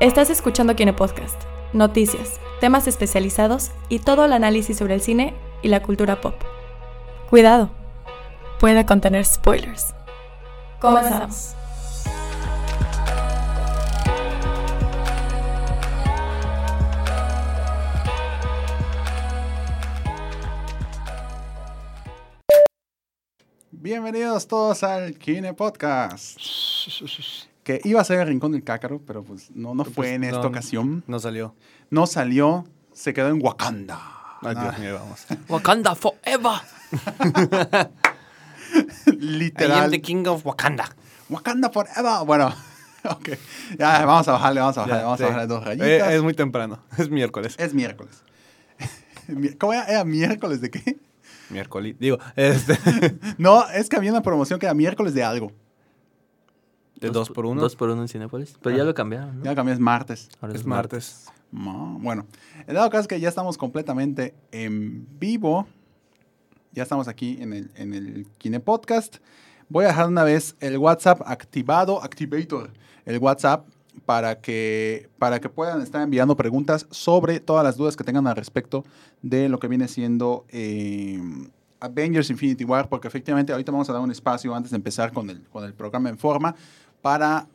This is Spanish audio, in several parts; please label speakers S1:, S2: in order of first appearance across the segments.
S1: Estás escuchando Kine Podcast, noticias, temas especializados y todo el análisis sobre el cine y la cultura pop. Cuidado, puede contener spoilers. Comenzamos.
S2: Bienvenidos todos al Kine Podcast. Que iba a ser el rincón del cácaro, pero pues no, no fue
S3: Pues,
S2: en esta
S3: no,
S2: ocasión.
S3: No salió.
S2: No salió, se quedó en Wakanda.
S3: Ay,
S2: Ah,
S3: Dios mío, vamos.
S4: Wakanda Forever. I am
S2: Literal.
S4: the king of Wakanda.
S2: Wakanda forever. Bueno, ok. Ya, vamos a bajarle, vamos a bajarle,
S3: Ya,
S2: vamos
S3: sí.
S2: a bajarle dos rayitas.
S3: Eh, es muy temprano. Es miércoles.
S2: Es miércoles. Mi- ¿Cómo era? ¿Era miércoles de qué?
S3: Miércoles. Digo, este,
S2: No, es que había una promoción que era miércoles de algo.
S3: de dos por uno.
S4: Dos por uno en Cinepolis. Pero ya lo cambiaron, ¿no?
S2: Ya cambié, es martes.
S4: Ahora
S3: es martes.
S2: Ma- Bueno, el dado caso es que ya estamos completamente en vivo. Ya estamos aquí en el, en el Kine Podcast. Voy a dejar una vez el WhatsApp activado, Activator, el WhatsApp, para que, para que puedan estar enviando preguntas sobre todas las dudas que tengan al respecto de lo que viene siendo eh, Avengers Infinity War, porque efectivamente ahorita vamos a dar un espacio antes de empezar con el, con el programa en forma para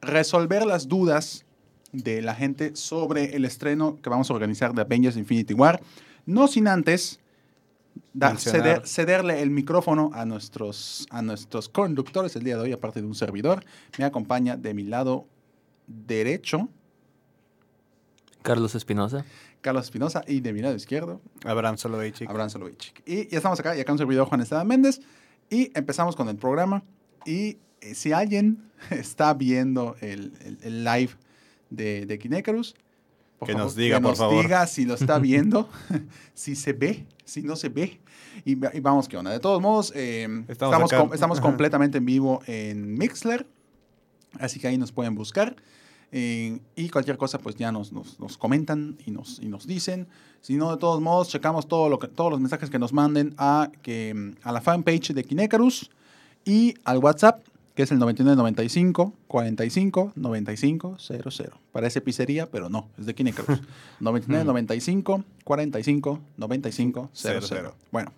S2: resolver las dudas de la gente sobre el estreno que vamos a organizar de Avengers Infinity War. No sin antes dar- ceder-
S3: Mencionar.
S2: cederle el micrófono a nuestros, a nuestros conductores el día de hoy, aparte de un servidor. Me acompaña de mi lado derecho
S4: Carlos Espinosa.
S2: Carlos Espinosa y de mi lado izquierdo
S3: Abraham Soloveitchik.
S2: Abrahán Soloveitchik. Y ya estamos acá, y acá un servidor Juan Esteban Méndez. Y empezamos con el programa. Y eh, si alguien está viendo el, el- el live de, de Kinecarus, por
S3: Que nos diga,
S2: que
S3: por
S2: nos
S3: favor.
S2: diga si lo está viendo, si se ve, si no se ve. Y, va- y vamos, ¿qué onda? De todos modos, eh,
S3: Estamos
S2: estamos,
S3: acá.
S2: com- estamos completamente en vivo en Mixler. Así que ahí nos pueden buscar. Eh, y cualquier cosa, pues ya nos, nos, nos comentan y nos, y nos dicen. Si no, de todos modos, checamos todo lo que, todos los mensajes que nos manden a, que, a la fanpage de Kinecarus y al WhatsApp, que es el 9995 45 95 00. Parece pizzería, pero no, es de Kinecarus. 9995 45 95 00. Bueno,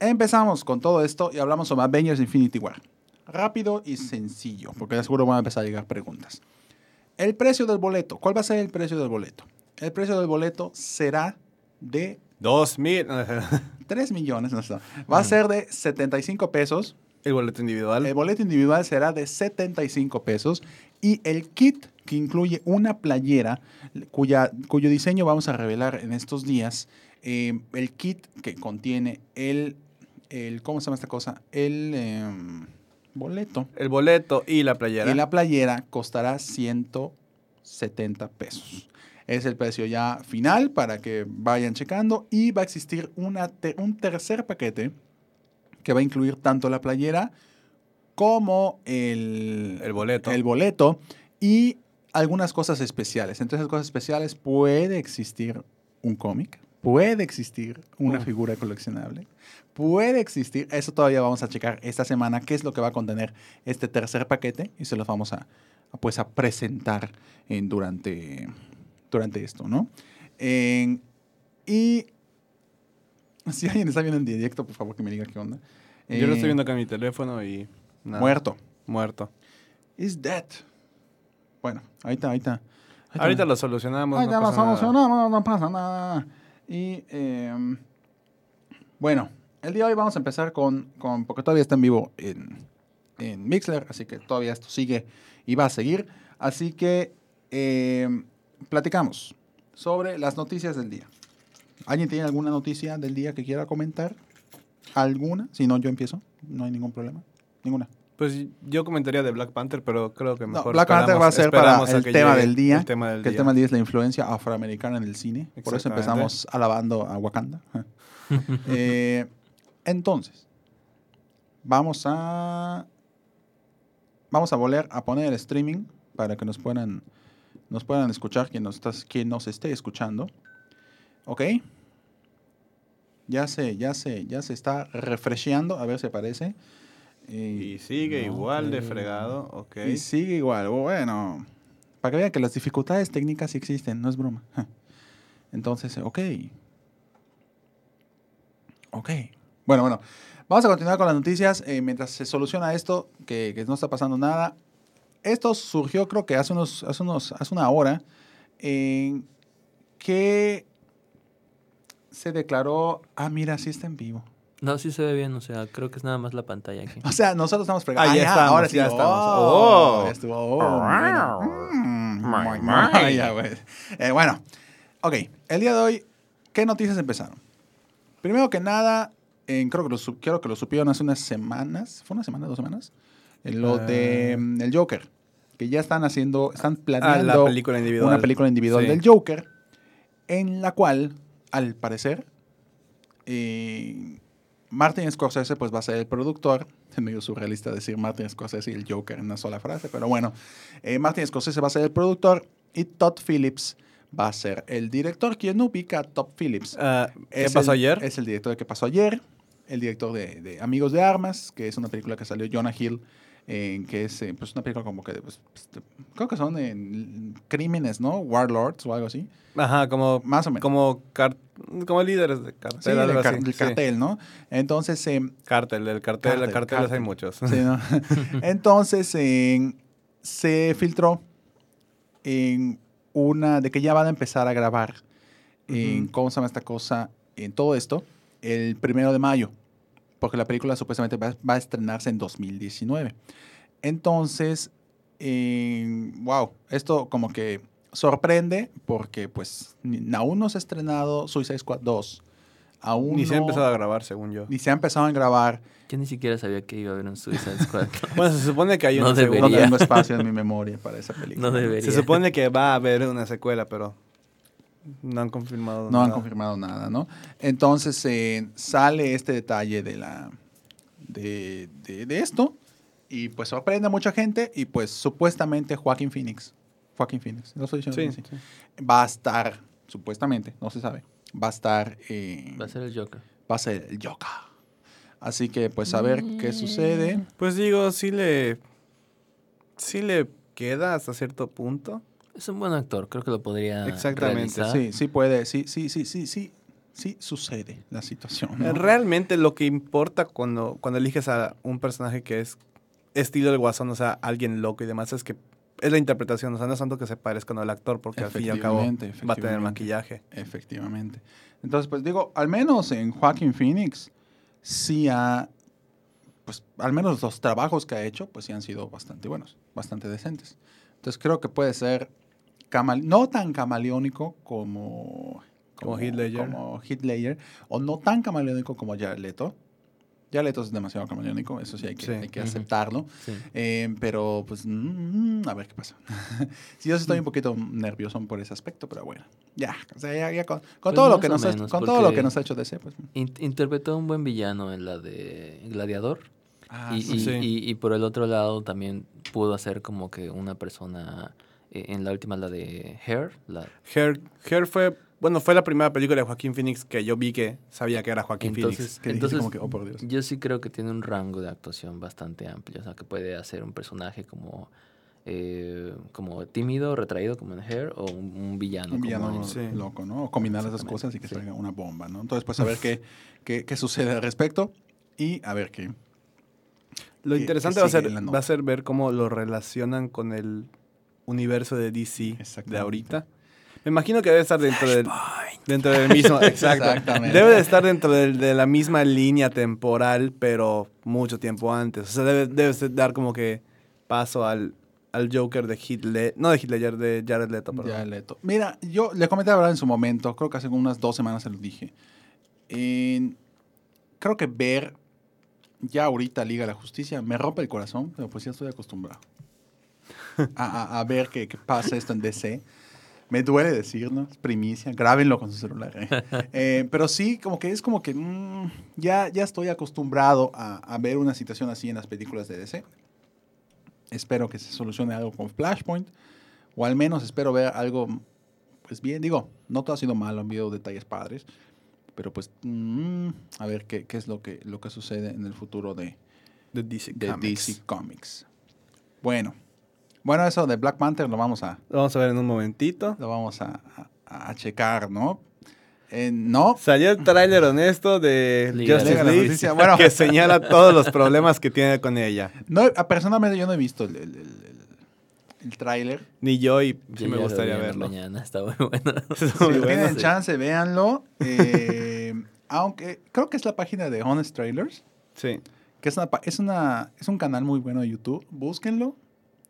S2: empezamos con todo esto y hablamos sobre Avengers Infinity War. Rápido y sencillo, porque seguro van a empezar a llegar preguntas. El precio del boleto. ¿Cuál va a ser el precio del boleto? El precio del boleto será de
S3: Dos mil.
S2: 3 millones. no, no. Va a ser de 75 pesos.
S3: El boleto individual.
S2: El boleto individual será de 75 pesos y el kit que incluye una playera cuya, cuyo diseño vamos a revelar en estos días. eh, el kit que contiene el, el ¿cómo se llama esta cosa? El em, boleto.
S3: El boleto y la playera.
S2: Y la playera costará 170 pesos. Es el precio ya final para que vayan checando. Y va a existir una te- un tercer paquete que va a incluir tanto la playera como el,
S3: El boleto.
S2: el boleto y algunas cosas especiales. Entre esas cosas especiales puede existir un cómic, puede existir una figura coleccionable, puede existir, eso todavía vamos a checar esta semana, qué es lo que va a contener este tercer paquete y se los vamos a, a, pues, a presentar en- durante, durante esto, ¿no? En- y si alguien está viendo en directo, por favor que me diga qué onda.
S3: Yo lo estoy
S2: Eh,
S3: viendo acá en mi teléfono y. nada.
S2: Muerto.
S3: Muerto.
S2: Is dead. Bueno, ahorita, ahorita.
S3: Ahorita lo solucionamos.
S2: Ahorita
S3: no
S2: lo
S3: pasa nada.
S2: solucionamos, no, pasa nada. Y eh, bueno, el día de hoy vamos a empezar con, con porque todavía está en vivo en, en Mixler, así que todavía esto sigue y va a seguir. Así que eh, platicamos sobre las noticias del día. ¿Alguien tiene alguna noticia del día que quiera comentar? ¿Alguna? Si no, yo empiezo. No hay ningún problema. Ninguna.
S3: Pues yo comentaría de Black Panther, pero creo que
S2: No,
S3: mejor.
S2: Black Panther
S3: esperamos-
S2: va a ser para
S3: esperamos a
S2: el
S3: que
S2: tema,
S3: llegue
S2: del día,
S3: El tema del
S2: que
S3: día.
S2: el tema del día es la influencia afroamericana en el cine. Por eso
S3: Exactamente.
S2: empezamos alabando a Wakanda. Eh, entonces, vamos a vamos a volver a poner el streaming para que nos puedan nos puedan escuchar quien nos estás- quien nos esté escuchando. ¿Ok? Ya se, ya se, ya se está refresheando, a ver si aparece. Eh,
S3: Y sigue
S2: no,
S3: igual de
S2: eh,
S3: fregado. Ok.
S2: y sigue igual. Bueno, Para que vean que las dificultades técnicas sí existen, no es broma. Entonces, ok. Ok. Bueno, bueno. Vamos a continuar con las noticias. eh, mientras se soluciona esto, que, que no está pasando nada. Esto surgió creo que hace, unos, hace, unos, hace una hora, en que se declaró, ah, mira, sí está en vivo.
S4: No, sí se ve bien, o sea, creo que es nada más la pantalla aquí.
S2: O sea, nosotros estamos fregados.
S3: Ah, ya estamos, ya estamos.
S2: Oh,
S3: Oh.
S2: ya estuvo. Oh, bueno. Mm, muy, muy, ya, güey. Eh, bueno, ok. El día de hoy, ¿qué noticias empezaron? Primero que nada, en- creo, que lo, su- creo que lo supieron hace unas semanas. ¿Fue una semana, dos semanas? Eh, Lo
S3: Ah.
S2: de mm, el Joker. Que ya están haciendo, están
S3: Ah,
S2: planeando
S3: la película individual.
S2: una película individual
S3: Sí.
S2: del Joker, en la cual, al parecer, eh, Martin Scorsese pues, va a ser el productor. Es medio surrealista decir Martin Scorsese y el Joker en una sola frase, pero bueno. eh, Martin Scorsese va a ser el productor y Todd Phillips va a ser el director. quien ubica a Todd Phillips?
S3: Ah, ¿Qué
S2: Es
S3: pasó
S2: el-
S3: ayer?
S2: Es el director de ¿Qué pasó ayer? El director de, de Amigos de Armas, que es una película que salió Jonah Hill, eh, que es eh, pues una película como que, de, pues, pues, de- creo que son en crímenes, ¿no? Warlords o algo así.
S3: Ajá, como,
S2: Más o menos.
S3: como, car- como líderes de cartel.
S2: Sí,
S3: algo
S2: del car-
S3: así,
S2: del
S3: sí.
S2: cartel, ¿no? Entonces, eh,
S3: Cartel, del cartel,
S2: Cartel,
S3: carteles hay
S2: cartel.
S3: muchos.
S2: Sí, ¿no? Entonces, en- se filtró en una de que ya van a empezar a grabar en
S3: Ujú.
S2: cómo se llama esta cosa, en todo esto, el primero de mayo, porque la película supuestamente va, va a estrenarse en 2019. Entonces, en- wow, esto como que sorprende porque pues ni- aún no se ha estrenado Suicide Squad 2. Aún
S3: Ni se ha
S2: no-
S3: empezado a grabar, según yo.
S2: ni se ha empezado a grabar.
S4: Yo ni siquiera sabía que iba a haber un Suicide Squad.
S3: Bueno, se supone que hay
S4: No
S3: una segunda.
S2: No
S4: Debería.
S2: tengo espacio en mi memoria para esa película.
S4: No debería.
S3: Se supone que va a haber una secuela, pero no han confirmado.
S2: No han
S3: nada.
S2: confirmado nada, ¿no? Entonces eh, sale este detalle de la de, de- de esto y pues sorprende a mucha gente y pues supuestamente Joaquín Phoenix, Joaquín Phoenix, no estoy diciendo
S3: Sí,
S2: así,
S3: sí.
S2: va a estar supuestamente, no se sabe, va a estar eh,
S4: Va a ser el Joker.
S2: va a ser el Joker. Así que pues a ver qué sucede.
S4: Mm.
S3: Pues digo, sí le. Sí le queda hasta cierto punto.
S4: Es un buen actor, creo que lo podría
S3: Exactamente,
S4: realizar.
S2: Sí, sí puede, sí, sí, sí, sí, sí, sí sucede la situación. ¿no?
S3: Realmente lo que importa cuando, cuando eliges a un personaje que es estilo del guasón, o sea, alguien loco y demás, es que es la interpretación, o sea, no es tanto que se parezcan al actor, porque al fin y al cabo
S2: Efectivamente,
S3: va a tener
S2: efectivamente.
S3: maquillaje.
S2: Efectivamente. Entonces, pues digo, al menos en Joaquin Phoenix, sí ha, pues al menos los trabajos que ha hecho, pues sí han sido bastante buenos, bastante decentes. Entonces creo que puede ser camal- no tan camaleónico como...
S3: Como Heath Ledger.
S2: Como Heath Ledger, o no tan camaleónico como Jared Leto. Jared Leto es demasiado camaleónico, eso sí hay que,
S3: Sí.
S2: hay que
S4: Ujú.
S2: aceptarlo.
S4: Sí.
S2: Eh, pero pues mm, a ver qué pasa. sí, yo sí estoy un poquito nervioso por ese aspecto, pero bueno. Ya, o sea, ya- ya con, con
S4: Pues
S2: todo lo
S4: más
S2: que
S4: o
S2: nos ha-
S4: menos,
S2: con todo lo
S4: porque-
S2: que nos ha hecho DC, pues.
S4: In- interpretó a un buen villano en la de Gladiador.
S2: Ah,
S4: y,
S3: sí.
S4: y-
S3: Sí.
S4: y- y por el otro lado también pudo hacer como que una persona eh, en la última, la de Hair. La,
S3: Her, Her fue, bueno, fue la primera película de Joaquín Phoenix que yo vi que sabía que era Joaquín
S4: entonces,
S2: que dijiste
S4: entonces
S2: como que, oh, por Dios.
S3: Pues
S4: yo sí creo que tiene un rango de actuación bastante amplio. O sea, que puede hacer un personaje como, eh, como tímido, retraído, como en Hair, o un, un villano.
S2: Un
S4: como
S2: villano
S4: en-
S3: sí.
S2: loco, ¿no? O combinar esas
S4: Exactamente,
S2: cosas y que
S4: sí.
S2: salga una bomba, ¿no? Entonces, pues a ver qué, qué, qué sucede al respecto y a ver qué.
S3: Phoenix. Lo
S2: que- que
S3: interesante va a,
S2: sigue
S3: ser,
S2: en la nota.
S3: va a ser ver cómo lo relacionan con el universo de DC
S2: Exactamente.
S3: de ahorita. Me imagino que debe estar dentro del, dentro del mismo, exacto.
S2: Exactamente.
S3: Debe de estar dentro del- de, la misma línea temporal, pero mucho tiempo antes. O sea, debe, debe ser- dar como que paso al, al Joker de Hitler, no de Hitler, de Jared Leto, perdón.
S2: Ya, Leto. Mira, yo le comenté a Brad en su momento, creo que hace como unas dos semanas se lo dije. En- creo que ver ya ahorita Liga de la Justicia me rompe el corazón, pero pues ya estoy acostumbrado a, a- a ver que, que pasa esto en DC. Me duele decirlo, es primicia, grábenlo con su celular. ¿eh? Eh, pero sí, como que es como que mm, ya, ya estoy acostumbrado a, a ver una situación así en las películas de DC. Espero que se solucione algo con Flashpoint. O al menos espero ver algo, pues bien, digo, no todo ha sido malo, han habido detalles padres, pero pues mm, a ver qué, qué es lo que, lo que sucede en el futuro de,
S3: De DC
S2: de
S3: Comics.
S2: DC Comics. Bueno, Bueno, eso de Black Panther lo vamos a,
S3: Vamos a ver en un momentito.
S2: lo vamos a, a- a checar, ¿no? Eh, no,
S3: Salió el tráiler honesto de
S4: Liga de
S3: Justice
S2: la
S3: League
S2: Justicia. Bueno.
S3: que señala todos los problemas que tiene con ella.
S2: no, ah, personalmente yo no he visto el, el, el- el- el tráiler.
S3: Ni yo y
S4: Yo
S3: sí me
S4: ya lo
S3: gustaría
S4: vi en la
S3: verlo.
S4: Mañana está muy bueno.
S2: Si
S3: Muy bueno,
S2: tienen
S4: sí.
S2: chance, véanlo. Eh, aunque creo que es la página de Honest Trailers,
S3: Sí.
S2: que es, una, pa- es, una, es un canal muy bueno de YouTube. Búsquenlo.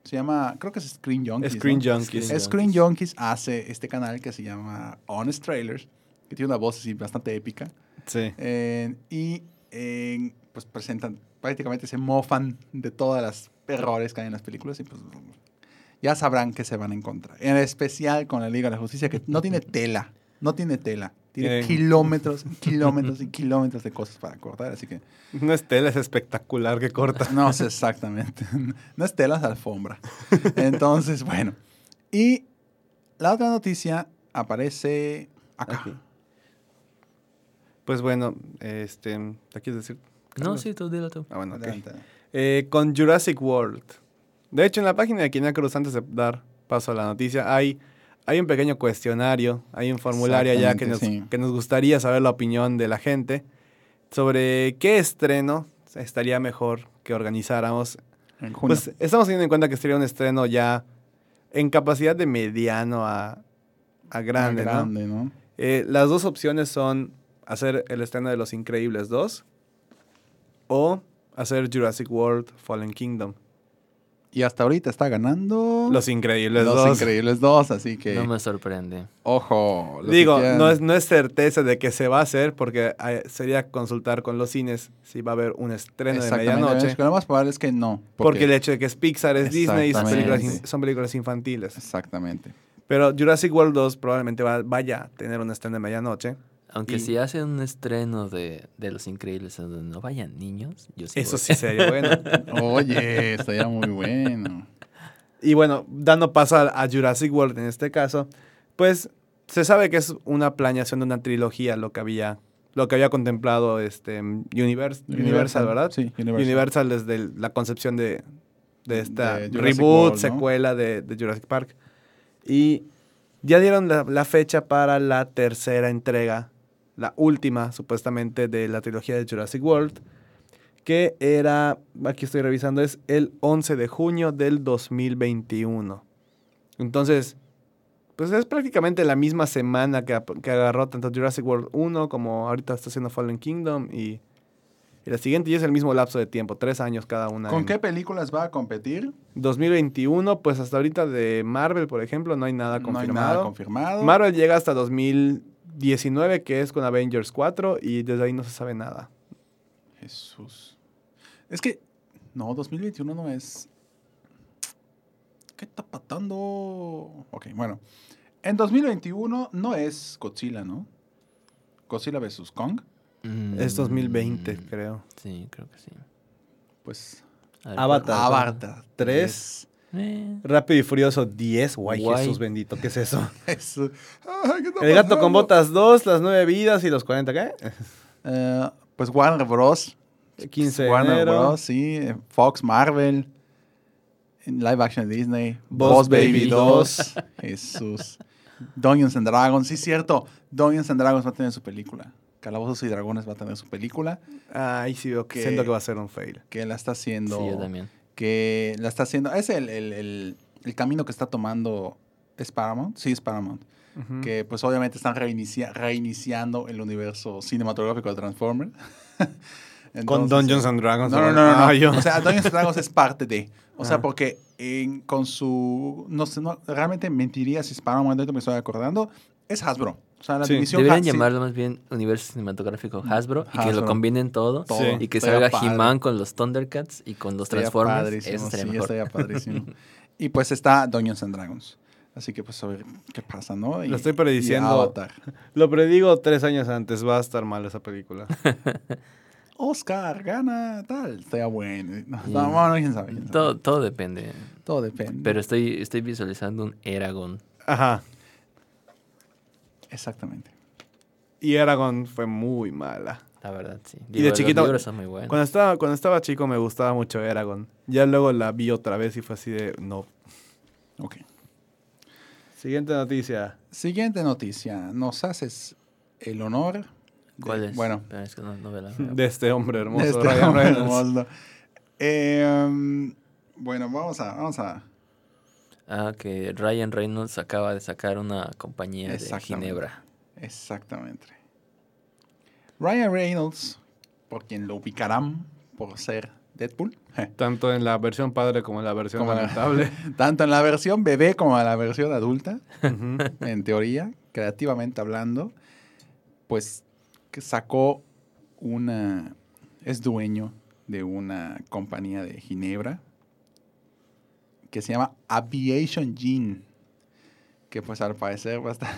S2: Se llama, creo que es Screen Junkies. ¿no?
S3: Screen Junkies.
S4: Screen
S2: Screen Junkies hace este canal que se llama Honest Trailers, que tiene una voz así bastante épica.
S3: Sí.
S2: Eh, y eh, pues presentan, prácticamente se mofan de todas las errores que hay en las películas y pues ya sabrán que se van a encontrar. En especial con la Liga de la Justicia, que no tiene tela, no tiene tela. Tiene
S3: Tienen-
S2: kilómetros, kilómetros y kilómetros de cosas para cortar, así que
S3: Una estela es espectacular que corta.
S2: no sé exactamente. No es tela, es alfombra. Entonces, bueno. Y la otra noticia aparece acá.
S3: Aquí. Pues bueno, este, ¿te quieres decir?
S4: No,
S3: Carlos?
S4: sí, tú dilo tú.
S3: Ah, bueno, ok.
S2: Adelante.
S3: Eh, con Jurassic World. De hecho, en la página de Quina Cruz, antes de dar paso a la noticia, hay, hay un pequeño cuestionario, hay un formulario allá que nos,
S2: Exactamente, sí.
S3: que nos gustaría saber la opinión de la gente sobre qué estreno estaría mejor que organizáramos.
S2: En junio.
S3: Pues estamos teniendo en cuenta que sería un estreno ya en capacidad de mediano a, a grande, ¿no?
S2: grande, ¿no?
S3: Eh, las dos opciones son hacer el estreno de Los Increíbles 2 o hacer Jurassic World Fallen Kingdom.
S2: Y hasta ahorita está ganando
S3: Los Increíbles
S2: Los
S3: 2.
S2: Increíbles 2, así que
S4: No me sorprende.
S2: ojo. los que
S3: Digo,
S2: quieran-
S3: no es, no es certeza de que se va a hacer porque eh, sería consultar con los cines si va a haber un estreno de
S2: Exactamente,
S3: medianoche.
S2: Lo más probable es que no.
S3: Porque el hecho de que es Pixar, es Disney, y son películas, in-
S2: Exactamente.
S3: son películas infantiles.
S2: Exactamente.
S3: Pero Jurassic World 2 probablemente va- vaya a tener un estreno de medianoche.
S4: Aunque
S3: Y-
S4: si hacen un estreno de, de Los Increíbles en donde no vayan niños, yo sí.
S3: Eso
S4: voy.
S3: sí sería bueno.
S2: Oye, estaría muy bueno.
S3: Y bueno, dando paso a, a Jurassic World en este caso, pues se sabe que es una planeación de una trilogía lo que había, lo que había contemplado este, Universe- Universal, ¿verdad?
S2: Sí, Universal.
S3: Universal desde el- la concepción de, de esta
S2: De Jurassic
S3: reboot,
S2: World, ¿no?
S3: secuela de, de Jurassic Park. Y ya dieron la, la fecha para la tercera entrega, la última supuestamente de la trilogía de Jurassic World, que era, aquí estoy revisando, es el 11 de junio del 2021. Entonces, pues es prácticamente la misma semana que, ap- que agarró tanto Jurassic World 1 como ahorita está haciendo Fallen Kingdom y, y la siguiente ya es el mismo lapso de tiempo, tres años cada una.
S2: ¿Con
S3: en
S2: qué películas va a competir?
S3: 2021, pues hasta ahorita de Marvel, por ejemplo, no hay nada
S2: No hay
S3: confirmado.
S2: nada confirmado.
S3: Marvel llega hasta 2019, que es con Avengers 4, y desde ahí no se sabe nada.
S2: Jesús. Es que, no, 2021 no es... ¿Qué está patando? Ok, bueno. En 2021 no es Godzilla, ¿no? Godzilla vs. Kong.
S4: Mm,
S3: Es 2020, creo.
S4: Sí, creo que sí.
S2: Pues...
S4: A ver,
S3: Ah, Avatar.
S2: Avatar
S3: Tres.
S2: 3.
S4: Eh,
S3: Rápido y Furioso 10, guay,
S4: Guay.
S3: Jesús bendito, ¿qué es eso?
S2: Eso. Ay, ¿qué está
S3: El gato
S2: pasando?
S3: con botas 2, las 9 vidas y los 40, ¿qué?
S2: Eh, pues Warner Bros.
S3: 15 de
S2: Warner
S3: enero.
S2: Bros. Sí. eh, Fox, Marvel. en Live action de Disney.
S3: Boss Baby 2.
S2: Jesús. Dungeons and Dragons. Sí, es cierto. Dungeons and Dragons va a tener su película. Calabozos y Dragones va a tener su película.
S3: Ay, sí veo que
S2: Que-
S3: siento que va a ser un fail.
S2: Que la está haciendo.
S4: Sí, yo también.
S2: Que la está haciendo. Es el, el- el- el camino que está tomando. ¿Es Paramount? Sí, es Paramount.
S3: Ujú.
S2: que pues obviamente están reinicia- reiniciando el universo cinematográfico de Transformers.
S3: con
S2: Entonces,
S3: Dungeons and
S2: No,
S3: Dragons.
S2: no, no, no, no.
S3: Ah, yo- Ah.
S2: O sea, Dungeons and Dragons es parte de. O sea,
S3: Ajá.
S2: porque en- con su... No sé, no- realmente mentiría si es para un momento me estoy acordando. Es Hasbro. O sea, la
S3: Sí.
S2: división...
S4: Deberían
S2: Ha- sí,
S4: llamarlo más bien Universo Cinematográfico Hasbro y que
S2: Hasbro.
S4: lo combinen todo.
S2: todo.
S3: Sí.
S4: Y que
S2: Estaría
S4: salga
S2: padre.
S4: He-Man con los Thundercats y con los
S2: Estaría
S4: Transformers.
S2: padrísimo,
S4: Eso estaría
S2: sí,
S4: mejor.
S2: estaría padrísimo. y pues está Dungeons and Dragons. Así que pues a ver qué pasa, ¿no? Y-
S3: Lo estoy prediciendo.
S2: Y Avatar.
S3: Lo predigo tres años antes, va a estar mal esa película.
S2: Oscar, gana, tal. Estaría bueno. No,
S4: Y-
S2: no, bueno, quién sabe. quién sabe.
S4: Todo, todo depende.
S2: Todo depende.
S4: Pero estoy, estoy visualizando un Eragon.
S3: Ajá.
S2: Exactamente.
S3: Y Aragorn fue muy mala.
S4: La verdad, sí.
S3: de
S4: Digo, los
S3: chiquito-
S4: libros son muy buenos.
S3: Cuando estaba, cuando estaba chico me gustaba mucho Eragon. Ya luego la vi otra vez y fue así de, no,
S2: Ok.
S3: Siguiente noticia.
S2: Siguiente noticia. Nos haces el honor. de-
S4: ¿Cuál es?
S2: Bueno,
S4: Pero Ah, es que no, no veo la-
S3: De este hombre hermoso.
S2: de este
S3: Ryan
S2: hombre
S3: Reynolds.
S2: hermoso. Eh, bueno, vamos a, vamos a
S4: Ah, que Ryan Reynolds acaba de sacar una compañía de
S2: Exactamente.
S4: Ginebra.
S2: Exactamente. Ryan Reynolds, por quien lo ubicarán por ser Deadpool,
S3: Tanto en la versión padre como en la versión
S2: Como la-
S3: lamentable.
S2: tanto en la versión bebé como en la versión adulta,
S3: Ujú.
S2: en teoría, creativamente hablando, pues que sacó una... es dueño de una compañía de Ginebra que se llama Aviation Gene, que pues al parecer va a estar...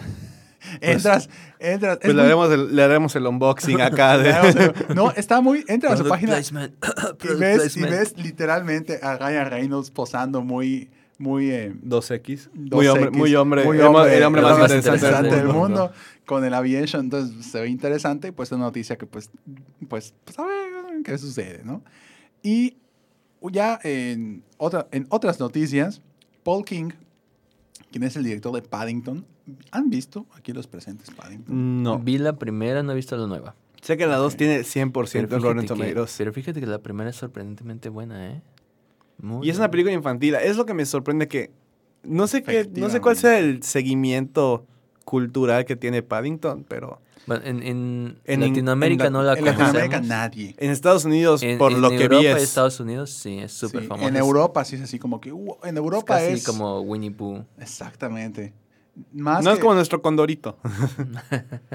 S2: entras, entras... es
S3: Pues
S2: muy-
S3: le haremos, el, le haremos el unboxing acá. De...
S2: No, está muy. Entra a su
S4: Product
S2: página
S4: placement.
S2: y
S4: Product
S2: ves, y
S4: placement.
S2: ves literalmente a Ryan Reynolds posando muy. muy eh, 2X,
S3: 2X. Muy hombre, muy hombre.
S2: muy
S3: el hom- el hombre
S4: el
S3: más,
S4: más
S3: interesante, del mundo.
S2: con el aviation, entonces se ve interesante, pues es una noticia que pues, pues, pues, a ver qué sucede, ¿no? Y ya en, otra, en otras noticias, Paul King, quien es el director de Paddington, ¿han visto aquí los presentes Paddington?
S3: No.
S4: Vi la primera, no he visto la nueva.
S3: Sé que la 2 tiene 100%
S4: Pero
S3: en Rotten
S4: fíjate que-
S3: Tomatoes.
S4: pero fíjate que la primera es sorprendentemente buena, ¿eh? Muy
S3: Y es una
S4: buena.
S3: película infantil. Es lo que me sorprende que... No sé, qué, no sé cuál sea el seguimiento cultural que tiene Paddington, pero
S4: Bueno, en, en
S3: En-
S4: Latinoamérica
S3: en la-
S4: no la
S2: en
S4: conocemos.
S2: Latinoamérica nadie.
S3: en Estados Unidos,
S4: En-
S3: por
S4: en
S3: lo que
S4: Europa
S3: vi,
S4: y
S3: es-
S4: Estados Unidos sí, es súper
S2: Sí,
S4: famosa.
S2: En Europa sí es así como que uh, en
S4: es
S2: Europa
S4: casi
S2: es,
S4: como Winnie Pooh.
S2: exactamente. Más
S3: no es
S2: que-
S3: como nuestro condorito.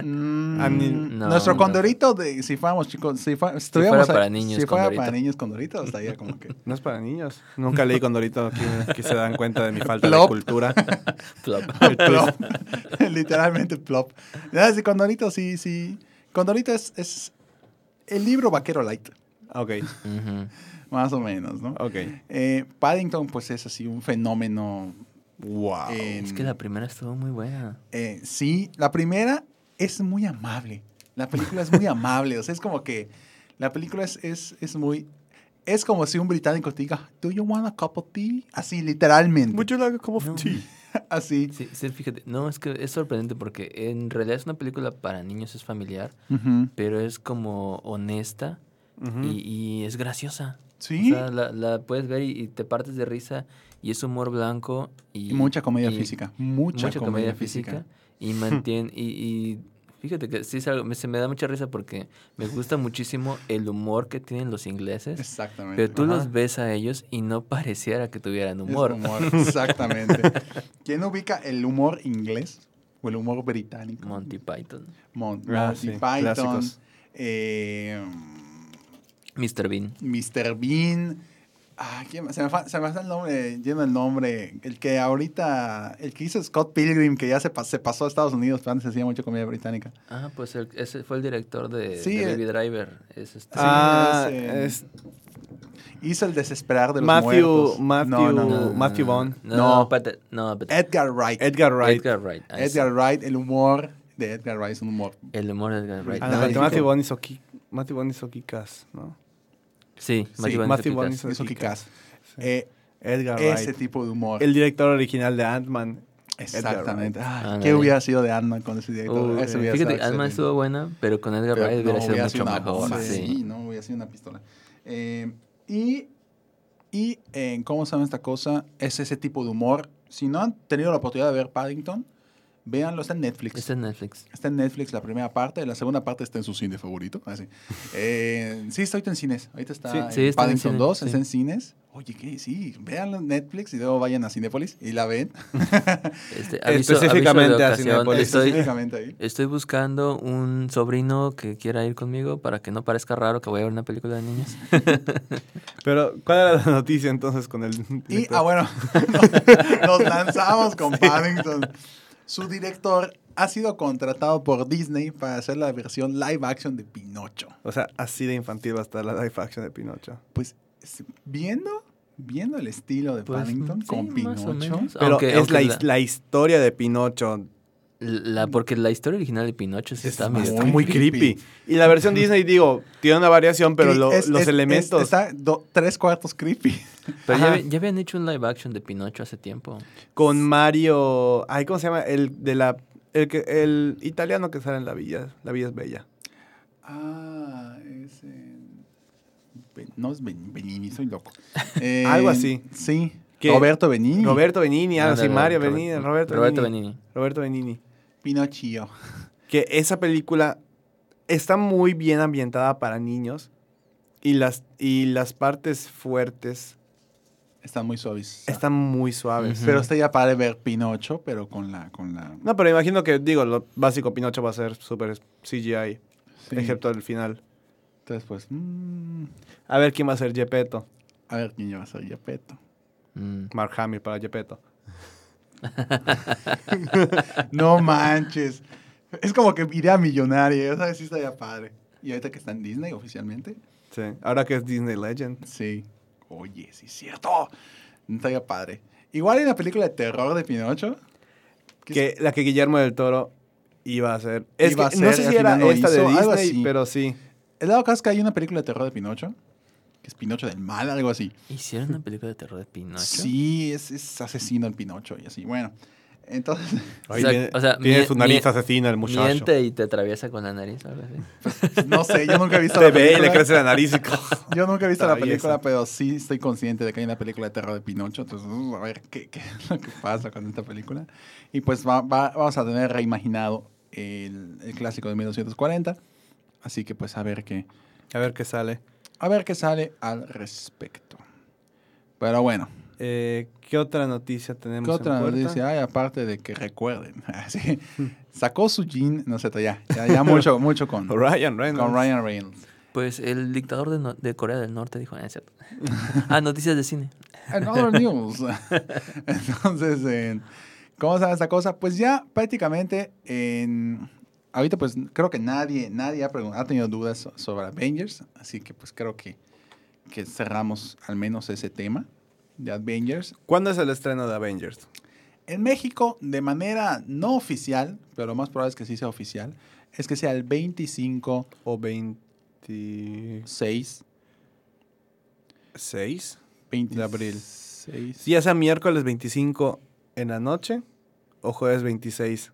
S2: Mm,
S3: A mí-
S4: No,
S2: nuestro
S4: no.
S2: condorito de si fuéramos chicos, si, fuera, estuviéramos
S4: fuera para
S2: ahí-
S4: niños,
S2: si fuera
S4: condorito.
S2: para niños condoritos, estaría como que
S3: No es para niños. Nunca leí Condorito, aquí, aquí se dan cuenta de mi falta de
S2: Plop.
S3: cultura.
S4: Plop.
S2: plop. literalmente plop. Ya, sí, condorito sí, sí. Condorito es, es el libro vaquero light,
S3: Ok,
S4: Ujú.
S2: más o menos, ¿no?
S3: ok.
S2: Eh, Paddington pues es así un fenómeno. Wow.
S4: Ah, Es que la primera estuvo muy buena.
S2: Eh, sí, la primera es muy amable. La película es muy amable. O sea, es como que la película es, es, es muy... Es como si un británico te diga, ¿Do you want a cup of tea? Así, literalmente.
S3: Mucho like a cup of
S4: No.
S3: tea?
S2: Así.
S4: Sí, sí, fíjate. No, es que es sorprendente porque en realidad es una película para niños, es familiar,
S2: Ujú.
S4: pero es como honesta
S3: Ujú.
S4: y, y es graciosa.
S2: Sí.
S4: O sea, la, la puedes ver y, y te partes de risa y es humor blanco y...
S2: Y mucha comedia
S4: y-
S2: física. Mucha,
S4: mucha comedia, física, y mantiene y, y fíjate que sí es algo- me- se me da mucha risa porque me gusta muchísimo el humor que tienen los ingleses
S2: Exactamente.
S4: pero tú
S2: Ajá.
S4: los ves a ellos y no pareciera que tuvieran
S2: Es
S4: humor
S2: Exactamente. ¿Quién ubica el humor inglés o el humor británico?
S4: Monty Python
S2: Mon-
S3: Ah,
S2: Monty
S3: sí,
S2: Python.
S3: clásicos.
S2: eh,
S4: Mr. Bean
S2: Mr. Bean. Ah, ¿quién más? se, me fa- se me está el nombre, lleno el nombre. El que ahorita, el que hizo Scott Pilgrim, que ya se, pa- se pasó a Estados Unidos, pero antes hacía mucha comida británica.
S4: ah pues el- ese fue el director de,
S2: Sí,
S4: de
S2: eh.
S4: Baby Driver es este
S3: Ah,
S2: ese-
S3: es
S2: Hizo El Desesperar de los
S3: Matthew,
S2: Muertos.
S3: Matthew,
S2: No, no, no.
S3: Matthew Vaughn.
S4: no
S2: No.
S4: no, espérate, no, espérate.
S2: Edgar Wright.
S3: Edgar Wright.
S4: Edgar Wright ah,
S2: Edgar Wright, el humor de Edgar Wright es un humor.
S4: sí. el humor de Edgar Wright
S3: Ah,
S2: no,
S3: no,
S2: Británico.
S3: Matthew Vaughn hizo, Ki- Matthew Vaughn hizo Kikas, ¿no?
S4: sí
S2: Sí,
S4: Matthew Vaughn
S3: Matthew
S4: hizo
S3: Vaughn
S4: Kick-Ass.
S3: hizo-
S2: Eso
S3: Kick-Ass.
S2: Kick-Ass. Eh,
S3: Edgar
S2: ese
S3: Wright.
S2: tipo de humor.
S3: El director original de Ant-Man.
S2: Exactamente.
S3: Edgar
S2: Ay,
S4: Ah,
S2: ¿Qué
S4: no,
S2: hubiera sido de Ant-Man con ese director?
S4: Uh,
S2: Eso hubiera
S4: fíjate
S2: estado
S4: Alma
S2: excelente.
S4: estuvo buena pero con Edgar
S2: Pero
S4: Wright hubiera
S2: no,
S4: sido
S2: hubiera
S4: mucho
S2: una
S4: mejor
S2: bomba,
S4: sí.
S2: sí, no, hubiera sido una pistola. Eh, y, y eh, ¿cómo saben esta cosa? Es ese tipo de humor. Si no han tenido la oportunidad de ver Paddington, véanlo, está en Netflix.
S4: Está en Netflix.
S2: Está en Netflix la primera parte, la segunda parte está en su cine favorito. Ah, sí. Eh, sí, está ahorita en cines. Ahorita está
S4: Sí,
S2: en
S4: sí, está en
S2: Paddington
S4: cine,
S2: 2,
S4: sí.
S2: está en cines. Oye, ¿qué? Sí, véanlo en Netflix y luego vayan a Cinépolis y la ven.
S4: Este, aviso-
S3: Específicamente
S4: aviso de
S3: a
S4: ocasión,
S3: Cinépolis.
S4: Estoy,
S2: Específicamente ahí.
S4: estoy buscando un sobrino que quiera ir conmigo para que no parezca raro que voy a ver una película de niños.
S3: Wright. Pero, ¿cuál era la noticia entonces con el
S2: Y,
S3: director?
S2: ah, bueno, nos, nos lanzamos con Paddington. Su director ha sido contratado por Disney para hacer la versión live action de Pinocho.
S3: O sea, así de infantil va a estar la live action de Pinocho.
S2: Pues, es- viendo, viendo el estilo de
S4: Pues,
S2: Paddington
S4: sí,
S2: con
S4: más o
S2: Pinocho.
S4: menos.
S3: Pero
S4: Aunque-
S3: es
S4: aunque
S3: la,
S4: la-
S3: his- la historia de Pinocho.
S4: La, porque la historia original de Pinocho sí
S2: Es
S4: está
S2: más-
S4: medio...
S2: Muy
S3: Muy, creepy.
S2: creepy.
S3: Y la versión Disney, digo, tiene una variación, pero
S2: Y
S3: lo-
S2: es-
S3: los
S2: es-
S3: elementos.
S2: es- está do- tres cuartos creepy.
S4: Pero ya,
S3: Ajá.
S4: había- ya habían hecho un live action de Pinocho hace tiempo.
S3: Con Mario. Ay, ¿cómo se llama? El de la. El, que- el italiano que sale en la villa. La villa es bella.
S2: Ah, es en- Ben- No es Ben- Benigni, soy loco. Eh,
S3: Algo así.
S2: Sí.
S3: ¿Qué?
S2: Roberto Benigni.
S3: Roberto Benini, algo así.
S4: Ándale,
S3: Mario
S4: Robert-
S3: Benini, Roberto,
S4: Roberto
S3: Benini.
S4: Benini.
S3: Roberto Benini.
S2: Pinocchio.
S3: Que esa película está muy bien ambientada para niños. Y las, y las partes fuertes
S2: Están muy suaves.
S3: están muy suaves.
S4: Ujú.
S2: Pues, Pero usted ya para de ver Pinocho, pero con la... Con la
S3: No, pero imagino que, digo, lo básico Pinocho va a ser súper CGI,
S2: sí.
S3: excepto el final.
S2: Entonces, pues... mm,
S3: A ver quién va a ser Gepetto.
S2: a ver quién lleva a ser Gepetto.
S4: Mm.
S3: Mark Hamill para Gepetto.
S2: No manches. Es como que idea millonaria, ¿sabes? Sí estaría padre. Y ahorita que está en Disney oficialmente.
S3: Sí. Ahora que es Disney Legend.
S2: Sí. Oye, sí es cierto. Estaría padre. Igual en la película de terror de Pinocho.
S3: Que la que Guillermo del Toro iba a hacer. Es
S2: Iba
S3: que
S2: a
S3: no
S2: ser,
S3: sé
S2: y
S3: si
S2: al
S3: era
S2: final lo
S3: esta de
S2: hizo, algo
S3: Disney,
S2: así.
S3: pero sí.
S2: El dado caso es que hay una película de terror de Pinocho. Que es Pinocho del mal, algo así.
S4: ¿Hicieron una película de terror de Pinocho?
S2: Sí, es, es asesino el Pinocho y así. Bueno, entonces...
S4: O sea,
S3: tiene-
S4: o sea,
S3: tiene
S4: mie-
S3: su nariz
S4: mie-
S3: asesina el muchacho.
S4: Miente y te atraviesa con la nariz. algo así.
S2: No sé, yo nunca he visto
S3: Te
S2: la
S3: ve y le
S2: película.
S3: crece la nariz. y-
S2: Yo nunca he visto la
S3: Traviesa.
S2: película, pero sí estoy consciente de que hay una película de terror de Pinocho. Entonces, uh, a ver qué, qué es lo que pasa con esta película. Y pues va- va- vamos a tener reimaginado el, el clásico de 1940. Así que pues a ver qué,
S3: a ver qué sale.
S2: a ver qué sale al respecto. Pero bueno,
S3: Eh, ¿Qué otra noticia tenemos
S2: ¿qué otra
S3: en puerta?
S2: noticia hay? Aparte de que recuerden, Ah, sí,
S3: Hmm.
S2: sacó su jean, no sé, ya, ya, ya mucho, mucho con, con
S3: Ryan Reynolds.
S2: Ryan Reynolds.
S4: Pues el dictador de, no- de Corea del Norte dijo, "Ah, es cierto". ah, noticias de cine.
S2: En other Ah, news. Entonces, en- ¿cómo se llama esta cosa? Pues ya prácticamente en... Ahorita pues creo que nadie, nadie ha, pregun- ha tenido dudas so- sobre Avengers, así que pues creo que, que cerramos al menos ese tema de Avengers.
S3: ¿Cuándo es el estreno de Avengers?
S2: En México, de manera no oficial, pero lo más probable es que sí sea oficial, es que sea el 25-6
S3: ¿O 26?
S2: de
S3: abril.
S2: Sí,
S3: Si es a miércoles 25 en la noche o jueves 26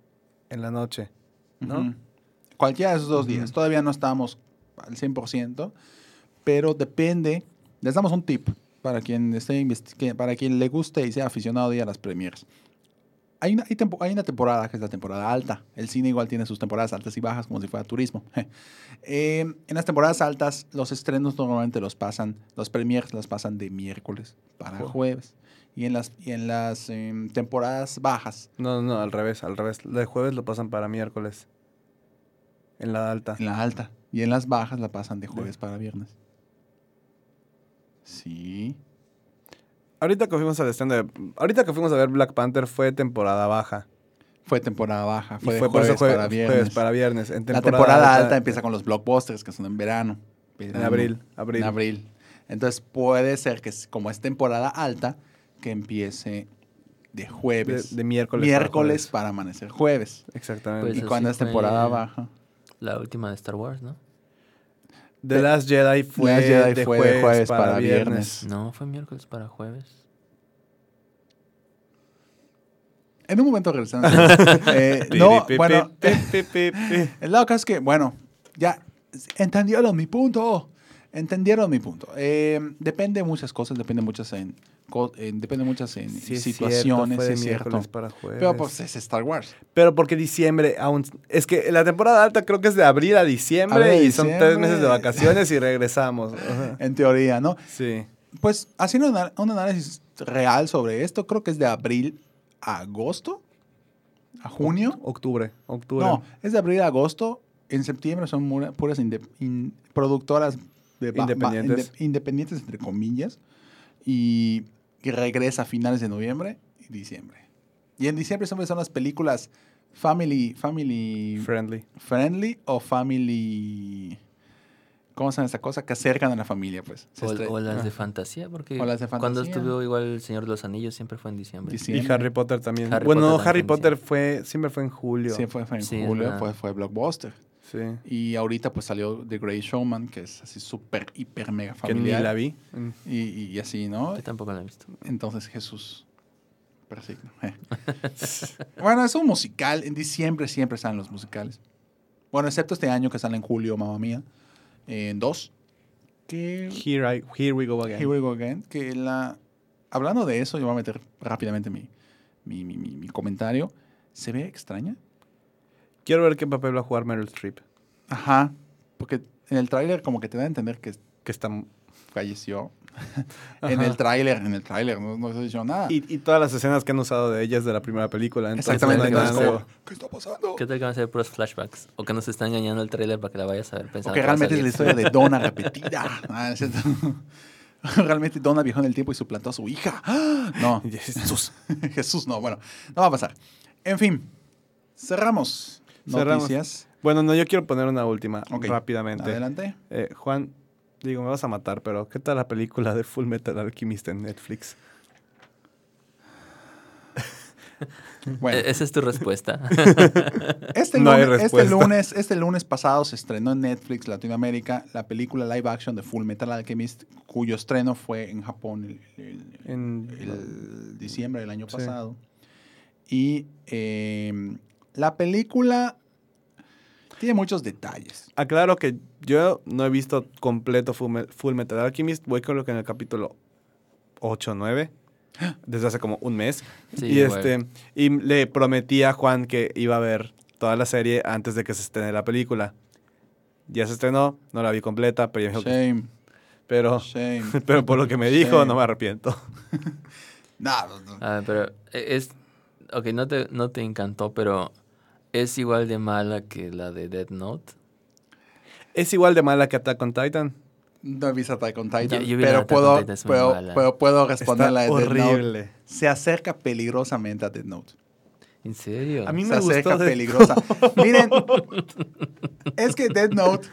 S3: en la noche. ¿no?
S2: Ujú. Cualquiera de esos dos días.
S3: Ujú.
S2: Todavía no estamos al 100%, pero depende. Les damos un tip para quien, esté investi- que- para quien le guste y sea aficionado y a las premiers. Hay una, hay tempo- hay una temporada que es la temporada alta. El cine igual tiene sus temporadas altas y bajas como si fuera turismo. Eh, en las temporadas altas, los estrenos normalmente los pasan, los premiers las pasan de miércoles para
S3: Jue-
S2: jueves. Y en las, y en las em, temporadas bajas,
S3: No, no, al revés, al revés. El jueves lo pasan para miércoles. En la alta.
S2: En la alta. Y en las bajas la pasan de jueves para viernes. Sí.
S3: Ahorita que fuimos al estreno de- ahorita que fuimos a ver Black Panther fue temporada baja.
S2: Fue temporada baja.
S3: Y
S2: Fue, de
S3: por
S2: jueves,
S3: eso jue-
S2: para viernes.
S3: jueves para viernes. En
S2: la temporada alta empieza con los blockbusters que son en verano.
S3: en abril, abril.
S2: En abril. Entonces puede ser que s- como es temporada alta, que empiece de
S3: de,
S2: jueves.
S3: de miércoles. para
S2: miércoles para, amanecer jueves.
S3: jueves. Exactamente.
S4: Pues
S2: y
S4: así
S2: cuando es
S4: fue
S2: temporada baja.
S4: La última de Star Wars, ¿no?
S3: The Last Jedi fue,
S2: pues, Last Jedi
S3: de,
S2: fue
S3: jueves para, viernes.
S4: No, fue miércoles para jueves.
S2: En un momento regresamos. Eh, no,
S3: Pi, pi,
S2: bueno,
S3: pi, pi, pi, pi.
S2: El lado acá es que, bueno, ya entendieron mi punto. Entendieron mi punto. Eh, depende de muchas cosas, depende muchas en, co- en- depende muchas en
S3: Sí, es cierto,
S2: situaciones,
S3: fue de
S2: es cierto.
S3: miércoles para jueves.
S2: Pero pues es Star Wars.
S3: Pero porque diciembre aún... Es que la temporada alta creo que es de abril a diciembre
S2: Abril a
S3: y son tres
S2: diciembre.
S3: meses de vacaciones y regresamos. Ajá.
S2: En teoría, ¿no?
S3: Sí.
S2: Pues haciendo un ana- un análisis real sobre esto, creo que es de abril a agosto, a junio.
S3: Octubre. Octubre.
S2: No, es de abril a agosto. En septiembre son mura- puras inde- in- productoras de ba- ba-
S3: Independientes.
S2: inde- independientes, entre comillas. Y que regresa a finales de noviembre y diciembre. Y en diciembre siempre son las películas family, family
S3: Friendly.
S2: friendly o family... ¿Cómo se llama esa cosa? Que acercan a la familia, pues. Se
S4: O,
S2: estre-
S4: o las de
S2: Ah,
S4: fantasía, porque
S2: O las de
S4: cuando
S2: fantasía.
S4: estuvo igual El Señor de los Anillos siempre fue en diciembre.
S2: Diciembre.
S3: Y Harry Potter también.
S4: Harry
S3: bueno,
S4: Potter
S3: no, Harry
S4: también,
S3: Potter fue, siempre fue en julio.
S2: Sí, fue, fue en
S4: Sí, es
S2: julio,
S4: verdad.
S2: fue, fue blockbuster.
S3: Sí.
S2: Y ahorita pues salió The Great Showman, que es así súper, hiper, mega
S3: Que ni
S2: familiar. Mm.
S3: la vi.
S2: Y, y- y así, ¿no?
S4: Yo tampoco la he visto.
S2: Entonces Jesús persigna. eh. bueno, es un musical. En diciembre siempre salen los musicales. Bueno, excepto este año que sale en julio, mamá mía. eh, En dos. Que...
S3: Here, I, here we go again.
S2: Here we go again. Que la... Hablando de eso, yo voy a meter rápidamente mi, mi, mi, mi- mi comentario. ¿Se ve extraña?
S3: Quiero ver qué papel va a jugar Meryl Streep.
S2: Ajá. Porque en el tráiler como que te da a entender que
S3: Que está...
S2: falleció. en el tráiler, en el tráiler. No, no se ha dicho nada.
S3: Y, y todas las escenas que han usado de ellas de la primera película. entonces,
S2: Exactamente.
S3: no hay
S2: entonces,
S3: nada
S2: como,
S3: nuevo.
S2: ¿Qué está pasando?
S4: ¿Qué tal que van a ser puros flashbacks? ¿O que nos está engañando el tráiler para que la vayas a ver pensando
S2: Porque
S4: que va a
S2: realmente es la
S4: salir?
S2: historia de Donna repetida. Ah, ¿no es cierto? realmente Donna viajó en el tiempo y suplantó a su hija. ¡Ah! No,
S3: Jesús.
S2: Jesús no. Bueno, no va a pasar. En fin, cerramos.
S3: Cerramos.
S2: Noticias.
S3: Bueno, no, yo quiero poner una última
S2: Ok,
S3: rápidamente.
S2: Adelante.
S3: Eh, Juan, digo, me vas a matar, pero ¿qué tal la película de Full Metal Alchemist en Netflix?
S2: Bueno,
S4: E- Esa es tu respuesta.
S2: este,
S3: Eh, no hay
S2: lunes, este,
S3: respuesta.
S2: lunes, este lunes pasado se estrenó en Netflix Latinoamérica la película live action de Full Metal Alchemist, cuyo estreno fue en Japón el- el-
S3: En,
S2: el diciembre del año
S3: Sí.
S2: pasado. Y eh, la película tiene muchos detalles.
S3: Aclaro que yo no he visto completo Full, Me- Full Metal Alchemist. Voy creo que en el capítulo 8 o 9. Desde hace como un mes.
S4: Sí,
S3: y,
S4: igual.
S3: este, y le prometí a Juan que iba a ver toda la serie antes de que se estrene la película. Ya se estrenó, no la vi completa, pero, ya me dijo que-
S2: Shame,
S3: pero,
S2: shame.
S3: pero por lo que me dijo,
S2: Sí.
S3: no me arrepiento.
S2: Nah, no, no.
S4: A ver, pero e- es... Ok, no te, no te encantó, pero es igual de mala que la de Dead Note.
S3: Es igual de mala que Attack on Titan.
S2: No he visto Attack on Titan,
S4: Yo- yo vi la de
S2: pero,
S4: Attack on
S2: puedo,
S4: Titan, es muy
S2: pero,
S4: mala.
S2: pero puedo
S3: Está
S2: responderla de Death Note.
S3: horrible.
S2: Se acerca peligrosamente a Death Note.
S4: ¿En serio?
S3: A mí
S2: Se
S3: me
S2: acerca
S3: gustó. de-
S2: peligrosa. Miren, es que Death Note,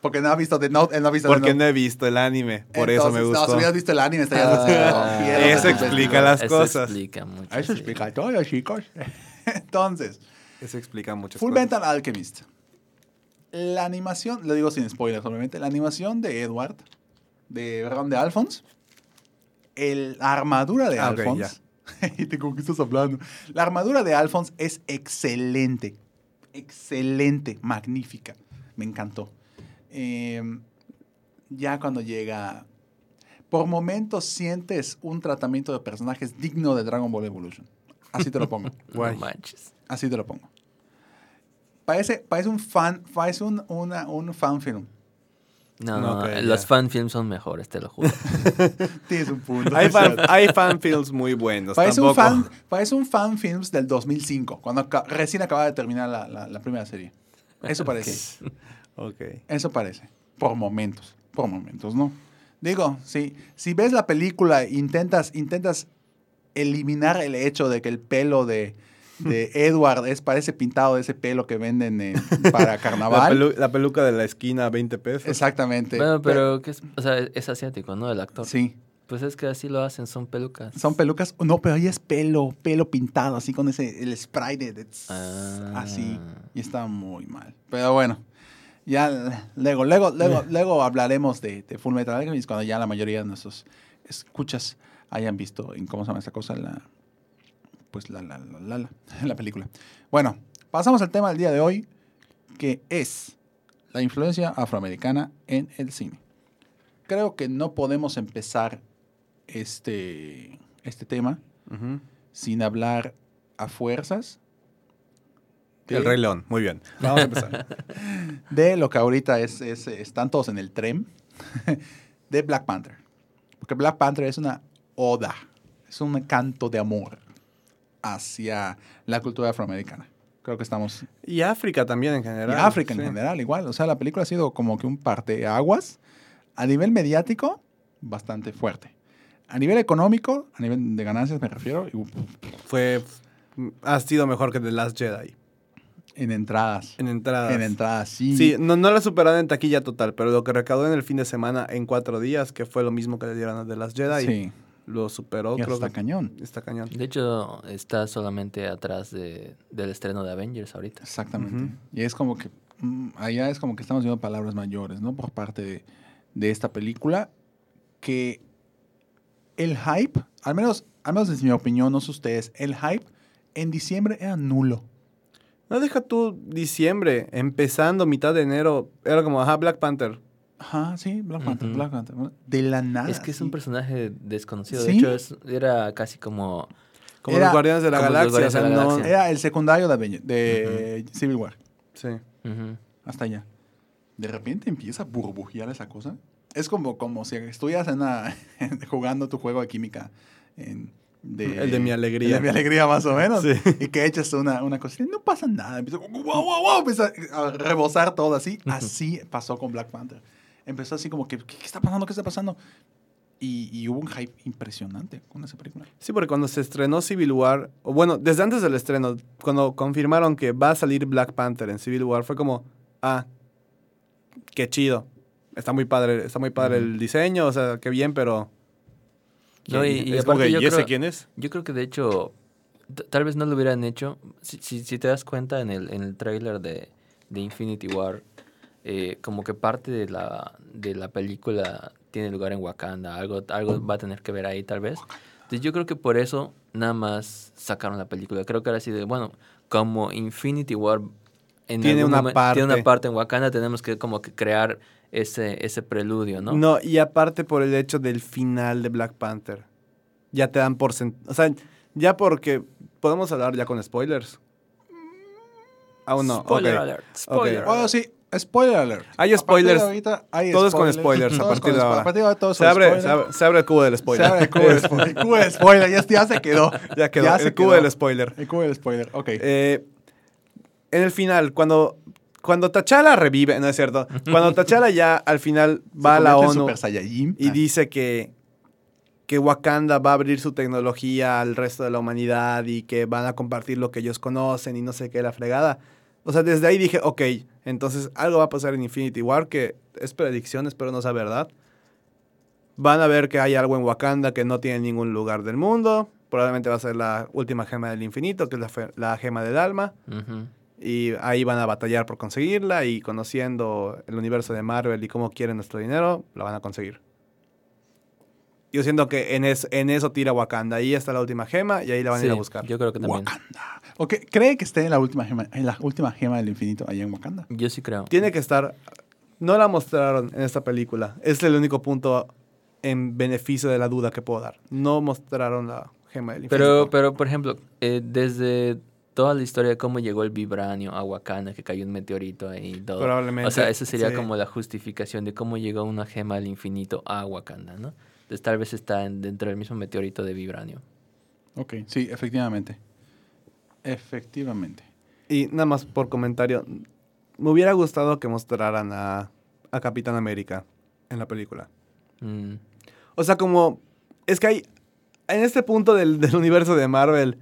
S2: porque no ha visto Death Note, él no ha visto
S3: Porque
S2: Death
S3: no
S2: Note.
S3: he visto el anime, por eso me
S2: Entonces,
S3: gustó.
S2: No, si hubieras visto el anime, estarías
S4: Ah,
S2: así, oh, fiel,
S3: eso
S2: Death Note.
S3: explica las cosas.
S4: Eso explica mucho.
S2: Eso
S4: sí.
S2: explica todo, chicos. Entonces,
S3: Eso explica muchas
S2: Full
S3: cosas.
S2: Metal Alchemist. La animación, lo digo sin spoilers, obviamente. La animación de Edward, de, perdón, de Alphonse. El, la armadura de
S3: Ah, ok,
S2: Alphonse. y te ¿con qué estás hablando. La armadura de Alphonse es excelente. Excelente, magnífica. Me encantó. Eh, ya cuando llega. Por momentos sientes un tratamiento de personajes digno de Dragon Ball Evolution. Así te lo pongo.
S4: No
S3: Guay.
S4: manches.
S2: Así te lo pongo. Parece, parece un fan, parece un, una, un fan film.
S4: No,
S3: No,
S4: no,
S3: ok, ya.
S4: los fanfilms son mejores, te lo juro.
S2: Tienes un punto.
S3: Hay,
S2: es cierto.
S3: fan, hay fanfilms muy buenos.
S2: parece, un
S3: tampoco-
S2: fan, parece un fan films del 2005, cuando aca- recién acababa de terminar la, la- la primera serie. Eso parece.
S3: Ok.
S2: Eso parece. Por momentos. Por momentos, ¿no? Digo, si, si ves la película e intentas, intentas eliminar el hecho de que el pelo de, de Edward es, parece pintado de ese pelo que venden eh, para
S3: La,
S2: carnaval.
S3: pelu- la peluca de la esquina, 20 pesos.
S2: Exactamente.
S4: bueno, pero, que es, o sea, es asiático, ¿no? El actor.
S2: Sí.
S4: Pues es que así lo hacen, son pelucas.
S2: Son pelucas. No, pero ahí es pelo, pelo pintado, así con ese, el spray de... de tss,
S4: Ah.
S2: Así. Y está muy mal. Pero bueno, ya l- luego, luego, luego, luego hablaremos de, de Full Metal Alchemist cuando ya la mayoría de nuestros escuchas hayan visto en cómo se llama esa cosa, la... Pues la, la, la, la, la, la película. Bueno, pasamos al tema del día de hoy, que es la influencia afroamericana en el cine. Creo que no podemos empezar este, este tema
S3: Ujú.
S2: sin hablar a fuerzas de,
S3: El Rey León, muy bien. Vamos a empezar.
S2: de lo que ahorita es, es- están todos en el tren de Black Panther. Porque Black Panther es una oda, es un canto de amor hacia la cultura afroamericana. Creo que estamos
S3: y África también en general.
S2: Y África
S3: sí.
S2: en general, igual. O sea, la película ha sido como que un parteaguas. A nivel mediático, bastante fuerte. A nivel económico, a nivel de ganancias me refiero, y, uf,
S3: Fue, ha sido mejor que The Last Jedi.
S2: En entradas.
S3: en entradas.
S2: En entradas, sí.
S3: Sí, no, no la superaron en taquilla total, pero lo que recaudó en el fin de semana en cuatro días, que fue lo mismo que le dieron a The Last Jedi,
S2: Sí.
S3: lo superó.
S2: Y hasta
S3: creo que-
S2: cañón.
S3: Está cañón.
S4: De hecho, está solamente atrás de, del estreno de Avengers ahorita.
S2: Exactamente.
S3: Ujú.
S2: Y es como que mm, allá es como que estamos viendo palabras mayores, ¿no? Por parte de, de esta película. Que el hype, al menos, al menos desde mi opinión, no sé ustedes, el hype en diciembre era nulo.
S3: No deja tú diciembre, empezando mitad de enero, era como, ajá, Black Panther.
S2: Ajá, sí, Black Panther,
S4: Ujú.
S2: Black Panther. ¿no? De la nada.
S4: es que es un
S2: Ah, sí.
S4: personaje desconocido.
S2: Sí.
S4: De hecho, es- era casi como...
S3: Como
S2: Era-
S3: los Guardianes de la
S4: como los
S3: Galaxia.
S4: Guardianes de
S3: o sea,
S4: la
S3: no-
S4: Galaxia.
S2: Era el secundario de, Aven- de Civil War.
S3: Sí.
S4: ujú,
S2: Hasta allá. De repente empieza a burbujear esa cosa. Es como, como si estuvieras en una- jugando tu juego de química. en-
S3: El de mi alegría.
S2: El de mi alegría, más o menos.
S3: Sí.
S2: Y que echas una, una cosita. y No pasa nada. Empieza, wow, wow, wow, empieza a rebosar todo así. Así pasó con Black Panther. Empezó así como que, ¿qué, qué está pasando? ¿Qué está pasando? Y, y hubo un hype impresionante con esa película.
S3: Sí, porque cuando se estrenó Civil War, o bueno, desde antes del estreno, cuando confirmaron que va a salir Black Panther en Civil War, fue como, ah, qué chido. Está muy padre, está muy padre el diseño, o sea, qué bien, pero...
S4: No, y- y
S3: es
S4: aparte
S3: como que,
S4: yo
S3: "¿Y ese
S4: creo-
S3: quién es?
S4: Yo creo que de hecho, t- tal vez no lo hubieran hecho. Si, si- si te das cuenta en el, en el tráiler de, de Infinity War, eh, como que parte de la, de la película tiene lugar en Wakanda, algo, algo va a tener que ver ahí tal vez. Entonces yo creo que por eso nada más sacaron la película. Creo que ahora sí de, bueno, como Infinity War en
S3: Tiene
S4: algún
S3: una
S4: momen- tiene
S3: parte.
S4: una parte en Wakanda, tenemos que como que crear ese, ese preludio, ¿no?
S3: ¿no? y aparte por el hecho del final de Black Panther. Ya te dan por sent- O sea, ya porque podemos hablar ya con spoilers. Aún no.
S4: Spoiler
S3: ok. Oh,
S4: alert, spoiler
S2: Bueno, sí, spoiler alert.
S3: Hay
S2: A partir de
S3: spoilers.
S2: ahorita hay
S3: Todo es con spoilers a
S2: Todo es
S3: partir
S2: con
S3: de
S2: spo-
S3: ahora.
S2: A partir de ahora todo es
S3: Se
S2: con
S3: abre,
S2: spoilers.
S3: se, abre, se abre el cubo del spoiler.
S2: Se abre el cubo del spoiler. El cubo del spoiler, ya, ya se quedó.
S3: ya quedó.
S2: Ya
S3: el
S2: se
S3: cubo
S2: quedó.
S3: del spoiler.
S2: El cubo del spoiler, ok.
S3: Eh, en el final, cuando, cuando T'Challa revive, no es cierto. Cuando T'Challa ya al final
S2: Se
S3: va a la
S2: convierte en
S3: ONU
S2: Super Saiyajin.
S3: y
S2: Ah,
S3: dice que, que Wakanda va a abrir su tecnología al resto de la humanidad y que van a compartir lo que ellos conocen y no sé qué, la fregada. O sea, desde ahí dije, ok, entonces algo va a pasar en Infinity War que es predicción, espero no sea verdad. Van a ver que hay algo en Wakanda que no tiene en ningún lugar del mundo. Probablemente va a ser la última gema del infinito, que es la, fe- la gema del alma.
S4: Ujú.
S3: Y ahí van a batallar por conseguirla y conociendo el universo de Marvel y cómo quieren nuestro dinero, la van a conseguir. Yo siento que en, es- en eso tira Wakanda. Ahí está la última gema y ahí la van a
S4: Sí,
S3: ir a buscar.
S4: Yo creo que también.
S2: Wakanda. Ah, Ok, ¿cree que esté en la última gema, en la última gema del infinito allá en Wakanda?
S4: Yo sí creo.
S3: Tiene que estar... No la mostraron en esta película. Es el único punto en beneficio de la duda que puedo dar. No mostraron la gema del
S4: Pero,
S3: infinito.
S4: pero por ejemplo, eh, desde toda la historia de cómo llegó el vibranio a Wakanda, que cayó un meteorito y todo.
S3: Probablemente,
S4: O sea, esa sería
S3: sí.
S4: como la justificación de cómo llegó una gema del infinito a Wakanda, ¿no? Entonces tal vez está en- dentro del mismo meteorito de vibranio.
S2: Ok, sí, efectivamente. Efectivamente.
S3: Y nada más por comentario. Me hubiera gustado que mostraran a, a Capitán América en la película.
S4: Mm,
S3: O sea, como. Es que hay. En este punto del, del universo de Marvel,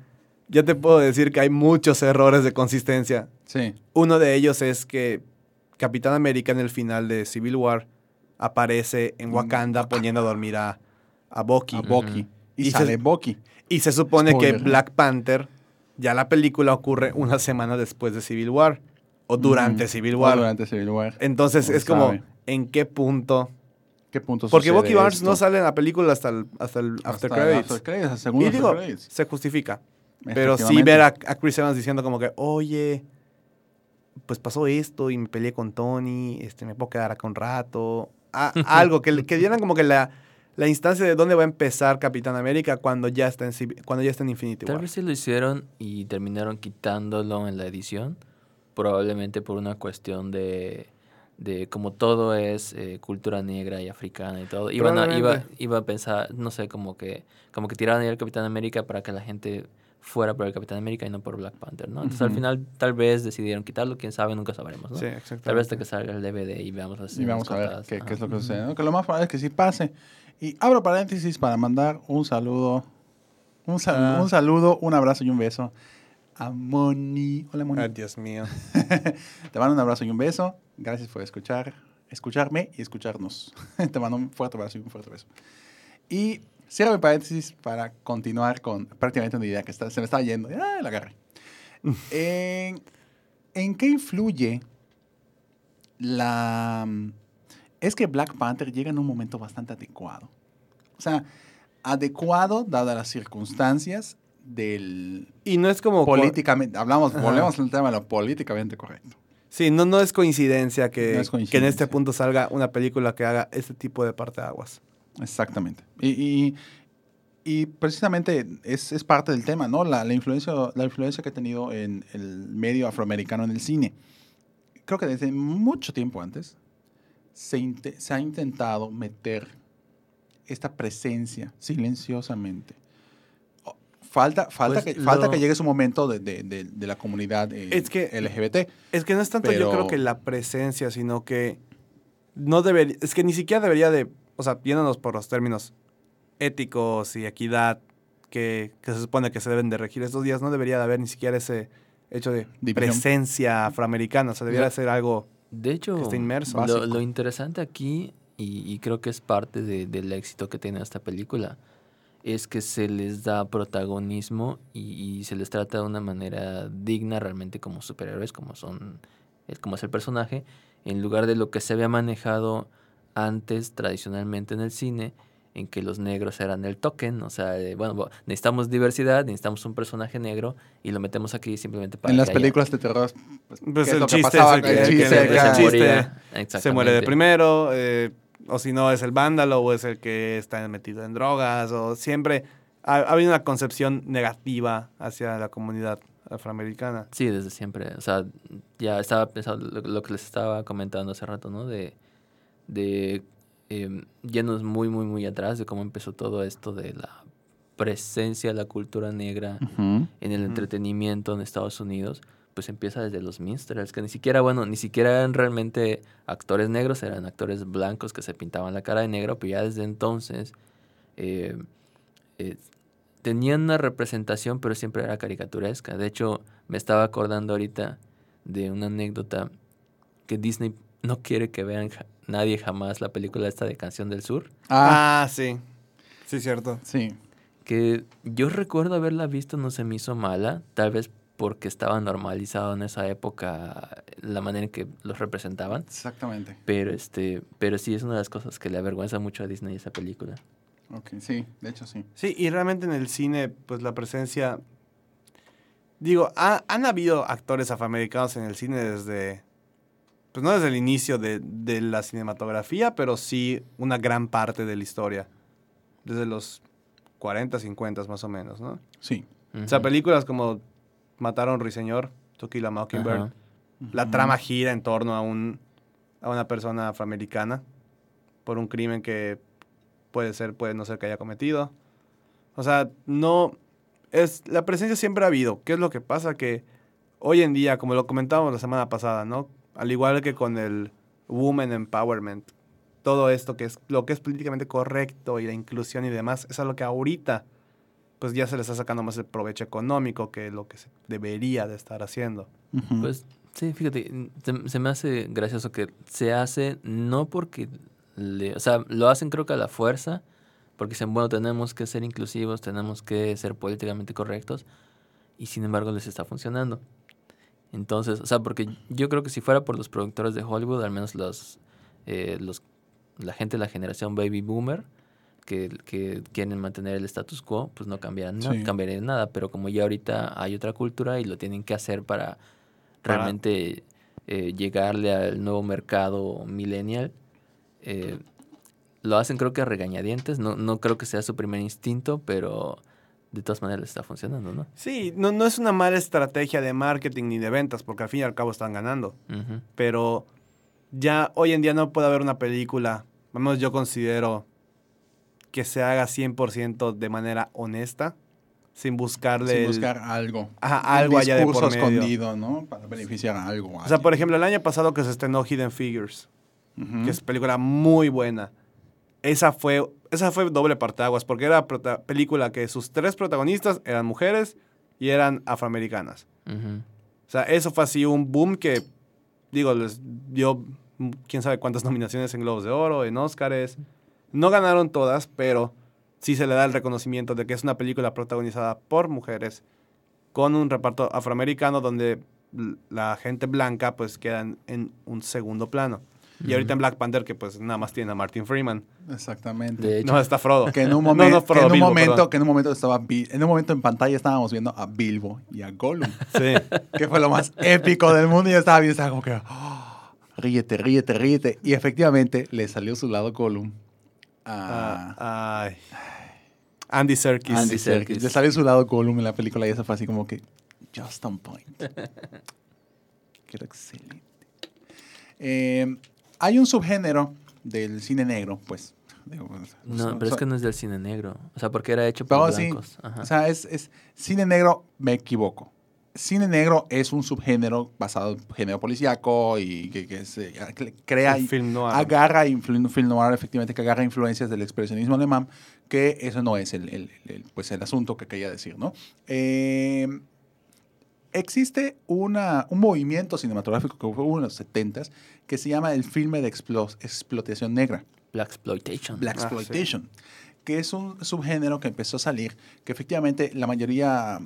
S3: ya te puedo decir que hay muchos errores de consistencia.
S2: Sí.
S3: Uno de ellos es que Capitán América en el final de Civil War aparece en Wakanda poniendo a dormir a, a Bucky.
S2: Mm. A Bucky. Y,
S3: Y se-
S2: sale Bucky.
S3: Y se supone
S2: Spoiler,
S3: que
S2: ¿no?
S3: Black Panther, ya la película ocurre una semana después de Civil War. O durante
S2: Mm,
S3: Civil
S2: o
S3: War.
S2: Durante Civil War.
S3: Entonces
S2: No
S3: es como,
S2: sabe.
S3: ¿en qué punto?
S2: ¿Qué punto
S3: Porque
S2: sucede
S3: Bucky Barnes
S2: esto?
S3: no sale en la película hasta el, hasta el
S2: Hasta
S3: after
S2: el
S3: credits.
S2: After Credits, el segundo
S3: Y
S2: After
S3: digo,
S2: Credits.
S3: se justifica. Pero sí
S2: Efectivamente.
S3: ver a, a Chris Evans diciendo como que, oye, pues pasó esto y me peleé con Tony, este, me puedo quedar acá un rato. A- algo, que, le- que dieran como que la, la instancia de dónde va a empezar Capitán América cuando ya está en, Civi- cuando ya está en Infinity
S4: Tal
S3: War.
S4: vez sí lo hicieron y terminaron quitándolo en la edición, probablemente por una cuestión de, de como todo es eh, cultura negra y africana y todo. Iban a- iba,
S3: Probablemente.
S4: iba a pensar, no sé, como que, como que tiraron ahí al Capitán América para que la gente fuera por el Capitán América y no por Black Panther, ¿no? Entonces al
S2: Ujú.
S4: final tal vez decidieron quitarlo, quién sabe, nunca sabremos, ¿no?
S3: Sí, exactamente.
S4: Tal vez hasta que salga el DVD y veamos las
S2: Y
S4: escenas
S2: vamos a ver
S4: cortadas.
S2: qué, qué es
S4: Ajá.
S2: lo que sucede. ¿no? Que lo más probable es que sí pase. Y abro paréntesis para mandar un saludo. Un, sal-
S3: Ah.
S2: un saludo, un abrazo y un beso a Moni. Hola, Moni.
S3: Ay, Dios mío.
S2: Te mando un abrazo y un beso. Gracias por escuchar, escucharme y escucharnos. Te mando un fuerte abrazo y un fuerte beso. Y cierro mi paréntesis para continuar con prácticamente una idea que está- se me estaba yendo. Ah, la agarré. ¿En, en qué influye la... Es que Black Panther llega en un momento bastante adecuado. O sea, adecuado dadas las circunstancias del,
S3: Y no es como... cua-
S2: políticamente, hablamos,
S3: Ajá.
S2: volvemos al tema de lo políticamente correcto.
S3: Sí, no, no es coincidencia que,
S2: No es
S3: que en
S2: coincidencia.
S3: este punto salga una película que haga este tipo de parteaguas.
S2: Exactamente. Y, y- y precisamente es, es parte del tema, ¿no? La, la influencia, la influencia que ha tenido en el medio afroamericano en el cine. Creo que desde mucho tiempo antes se, inte- se ha intentado meter esta presencia silenciosamente. O- Falta, falta,
S4: Pues
S2: que, falta
S4: lo-
S2: que llegue su momento de, de- de- de la comunidad eh,
S3: Es que-
S2: LGBT.
S3: Es que no es tanto
S2: Pero-
S3: yo creo que la presencia, sino que no debería, es que ni siquiera debería de, o sea, viéndonos por los términos éticos y equidad que, que se supone que se deben de regir estos días, no debería de haber ni siquiera ese hecho de
S2: División.
S3: presencia afroamericana, o sea, debería
S4: Ya.
S3: ser algo...
S4: De hecho,
S3: Que esté inmerso.
S4: Lo,
S3: Básico.
S4: lo interesante aquí, y, y creo que es parte de- del éxito que tiene esta película, es que se les da protagonismo y, y se les trata de una manera digna realmente como superhéroes, como son, eh, como es el personaje, en lugar de lo que se había manejado antes tradicionalmente en el cine, en que los negros eran el token, o sea, eh, bueno, bo- necesitamos diversidad, necesitamos un personaje negro y lo metemos aquí simplemente para
S2: En las
S4: que haya-
S2: películas de terror, pues,
S3: Pues
S2: ¿qué es
S3: el
S2: lo que
S3: chiste
S2: pasaba?
S3: es el
S2: El
S3: que-
S2: chiste
S3: que-
S4: se,
S2: acá.
S3: el chiste.
S4: moría.
S3: se muere de
S4: Exactamente.
S3: primero, eh, o si no es el vándalo, o es el que está metido en drogas, o siempre ha, ha habido una concepción negativa hacia la comunidad afroamericana.
S4: Sí, desde siempre. O sea, ya estaba pensando lo, lo que les estaba comentando hace rato, ¿no? De, de em, yéndonos muy, muy, muy atrás de cómo empezó todo esto de la presencia de la cultura negra
S2: Ujú.
S4: en el
S3: Ujú.
S4: entretenimiento en Estados Unidos, pues empieza desde los minstrels, que ni siquiera, bueno, ni siquiera eran realmente actores negros, eran actores blancos que se pintaban la cara de negro, pero ya desde entonces eh, eh, tenían una representación, pero siempre era caricaturesca. De hecho, me estaba acordando ahorita de una anécdota que Disney no quiere que vean ja- nadie jamás la película esta de Canción del Sur,
S2: Ah,
S3: ah sí. Sí, cierto.
S2: Sí.
S4: que yo recuerdo haberla visto, no se me hizo mala, tal vez porque estaba normalizado en esa época la manera en que los representaban,
S2: Exactamente.
S4: pero este, pero sí es una de las cosas que le avergüenza mucho a Disney esa película.
S2: Ok, sí, de hecho sí.
S3: Sí, y realmente en el cine, pues la presencia. Digo, ha- han habido actores afroamericanos en el cine desde. Pues no desde el inicio de, de la cinematografía, pero sí una gran parte de la historia. Desde los 40, 50 más o menos, ¿no?
S2: Sí.
S3: O sea,
S4: Ujú.
S3: películas como Mataron Ruiseñor, To Kill a Mockingbird.
S4: Ajá.
S3: La
S2: Ujú.
S3: trama gira en torno a, un, a una persona afroamericana por un crimen que puede ser, puede no ser que haya cometido. O sea, no... Es, la presencia siempre ha habido. ¿Qué es lo que pasa? Que hoy en día, como lo comentábamos la semana pasada, ¿no? Al igual que con el Women Empowerment, todo esto que es lo que es políticamente correcto y la inclusión y demás, es a lo que ahorita pues ya se le está sacando más el provecho económico que lo que se debería de estar haciendo.
S2: Ujú.
S4: Pues sí, fíjate, n- se, se me hace gracioso que se hace no porque, le- o sea, lo hacen creo que a la fuerza, porque dicen, bueno, tenemos que ser inclusivos, tenemos que ser políticamente correctos, y sin embargo les está funcionando. Entonces, o sea, porque yo creo que si fuera por los productores de Hollywood, al menos los, eh, los la gente de la generación baby boomer, que, que quieren mantener el status quo, pues no cambiarán nada,
S2: Sí.
S4: cambiarían nada, pero como ya ahorita hay otra cultura y lo tienen que hacer para
S3: Para-
S4: realmente eh, llegarle al nuevo mercado millennial, eh, lo hacen creo que a regañadientes, no, no creo que sea su primer instinto, pero de todas maneras está funcionando, ¿no?
S3: Sí, no, no es una mala estrategia de marketing ni de ventas, porque al fin y al cabo están ganando.
S4: Ujú.
S3: Pero ya hoy en día no puede haber una película, vamos, yo considero que se haga 100% de manera honesta, sin buscarle
S2: Sin
S3: el-
S2: buscar algo.
S3: Ajá,
S2: Un
S3: algo allá de por
S2: discurso
S3: medio.
S2: escondido, ¿no? Para beneficiar a algo. a
S3: O sea, por
S2: alguien.
S3: ejemplo, el año pasado que se estrenó Hidden Figures,
S2: Ujú.
S3: que es película muy buena. Esa fue, esa fue doble parteaguas, porque era prota- película que sus tres protagonistas eran mujeres y eran afroamericanas.
S4: Ujú.
S3: O sea, eso fue así un boom que, digo, les dio mm, quién sabe cuántas nominaciones en Globos de Oro, en Óscares. No ganaron todas, pero sí se le da el reconocimiento de que es una película protagonizada por mujeres con un reparto afroamericano donde l- la gente blanca pues queda en- en un segundo plano. Y ahorita en Black Panther que pues nada más tiene a Martin Freeman.
S2: Exactamente.
S4: De hecho.
S3: No está Frodo.
S2: Que en un
S3: No,
S2: momento,
S3: no,
S2: que
S3: Frodo,
S2: en un
S3: Bilbo,
S2: momento,
S3: perdón.
S2: que en un momento estaba Bil- en un momento en pantalla estábamos viendo a Bilbo y a Gollum,
S3: Sí.
S2: que fue lo más épico del mundo y yo estaba viendo, estaba como que "Oh, ríete, ríete, ríete y efectivamente le salió su lado Gollum a
S3: Ah, ay. Andy Serkis.
S2: Andy
S4: Andy
S2: Serkis.
S4: Serkis.
S2: Le salió su lado Gollum en la película y eso fue así como que just on point. Quedó excelente. Eh, hay un subgénero del cine negro, pues. digo, pues,
S4: No, pero
S2: so-
S4: es que no es del cine negro. O sea, porque era hecho por
S2: Pero sí,
S4: blancos. Ajá.
S2: o sea, es, es- cine negro, me equivoco. Cine negro es un subgénero basado en género policíaco y que, que se que crea
S3: Un
S2: y
S3: film noir.
S2: agarra influ- film noir, efectivamente, que agarra influencias del expresionismo alemán, que eso no es el, el- el- pues el asunto que quería decir, ¿no? Eh, existe una, un movimiento cinematográfico que hubo en los 70s que se llama el filme de explo- explotación negra.
S4: Black Exploitation.
S2: Black
S3: Ah, sí.
S2: Exploitation, que es un subgénero que empezó a salir, que efectivamente la mayoría,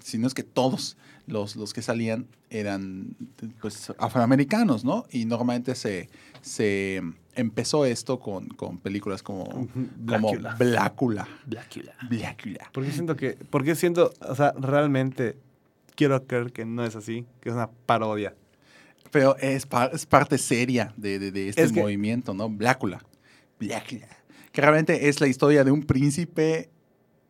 S2: si no es que todos los, los que salían eran pues, afroamericanos, ¿no? Y normalmente se, se empezó esto con, con películas como, como
S3: Blackula.
S2: Blácula.
S4: Blackula.
S2: Blácula.
S3: ¿Por qué siento que.? ¿Por qué siento.? O sea, realmente quiero creer que no es así, que es una parodia.
S2: Pero es, par- es parte seria de, de- de este
S3: Es que-
S2: movimiento, ¿no? Blácula. Blácula. Que realmente es la historia de un príncipe.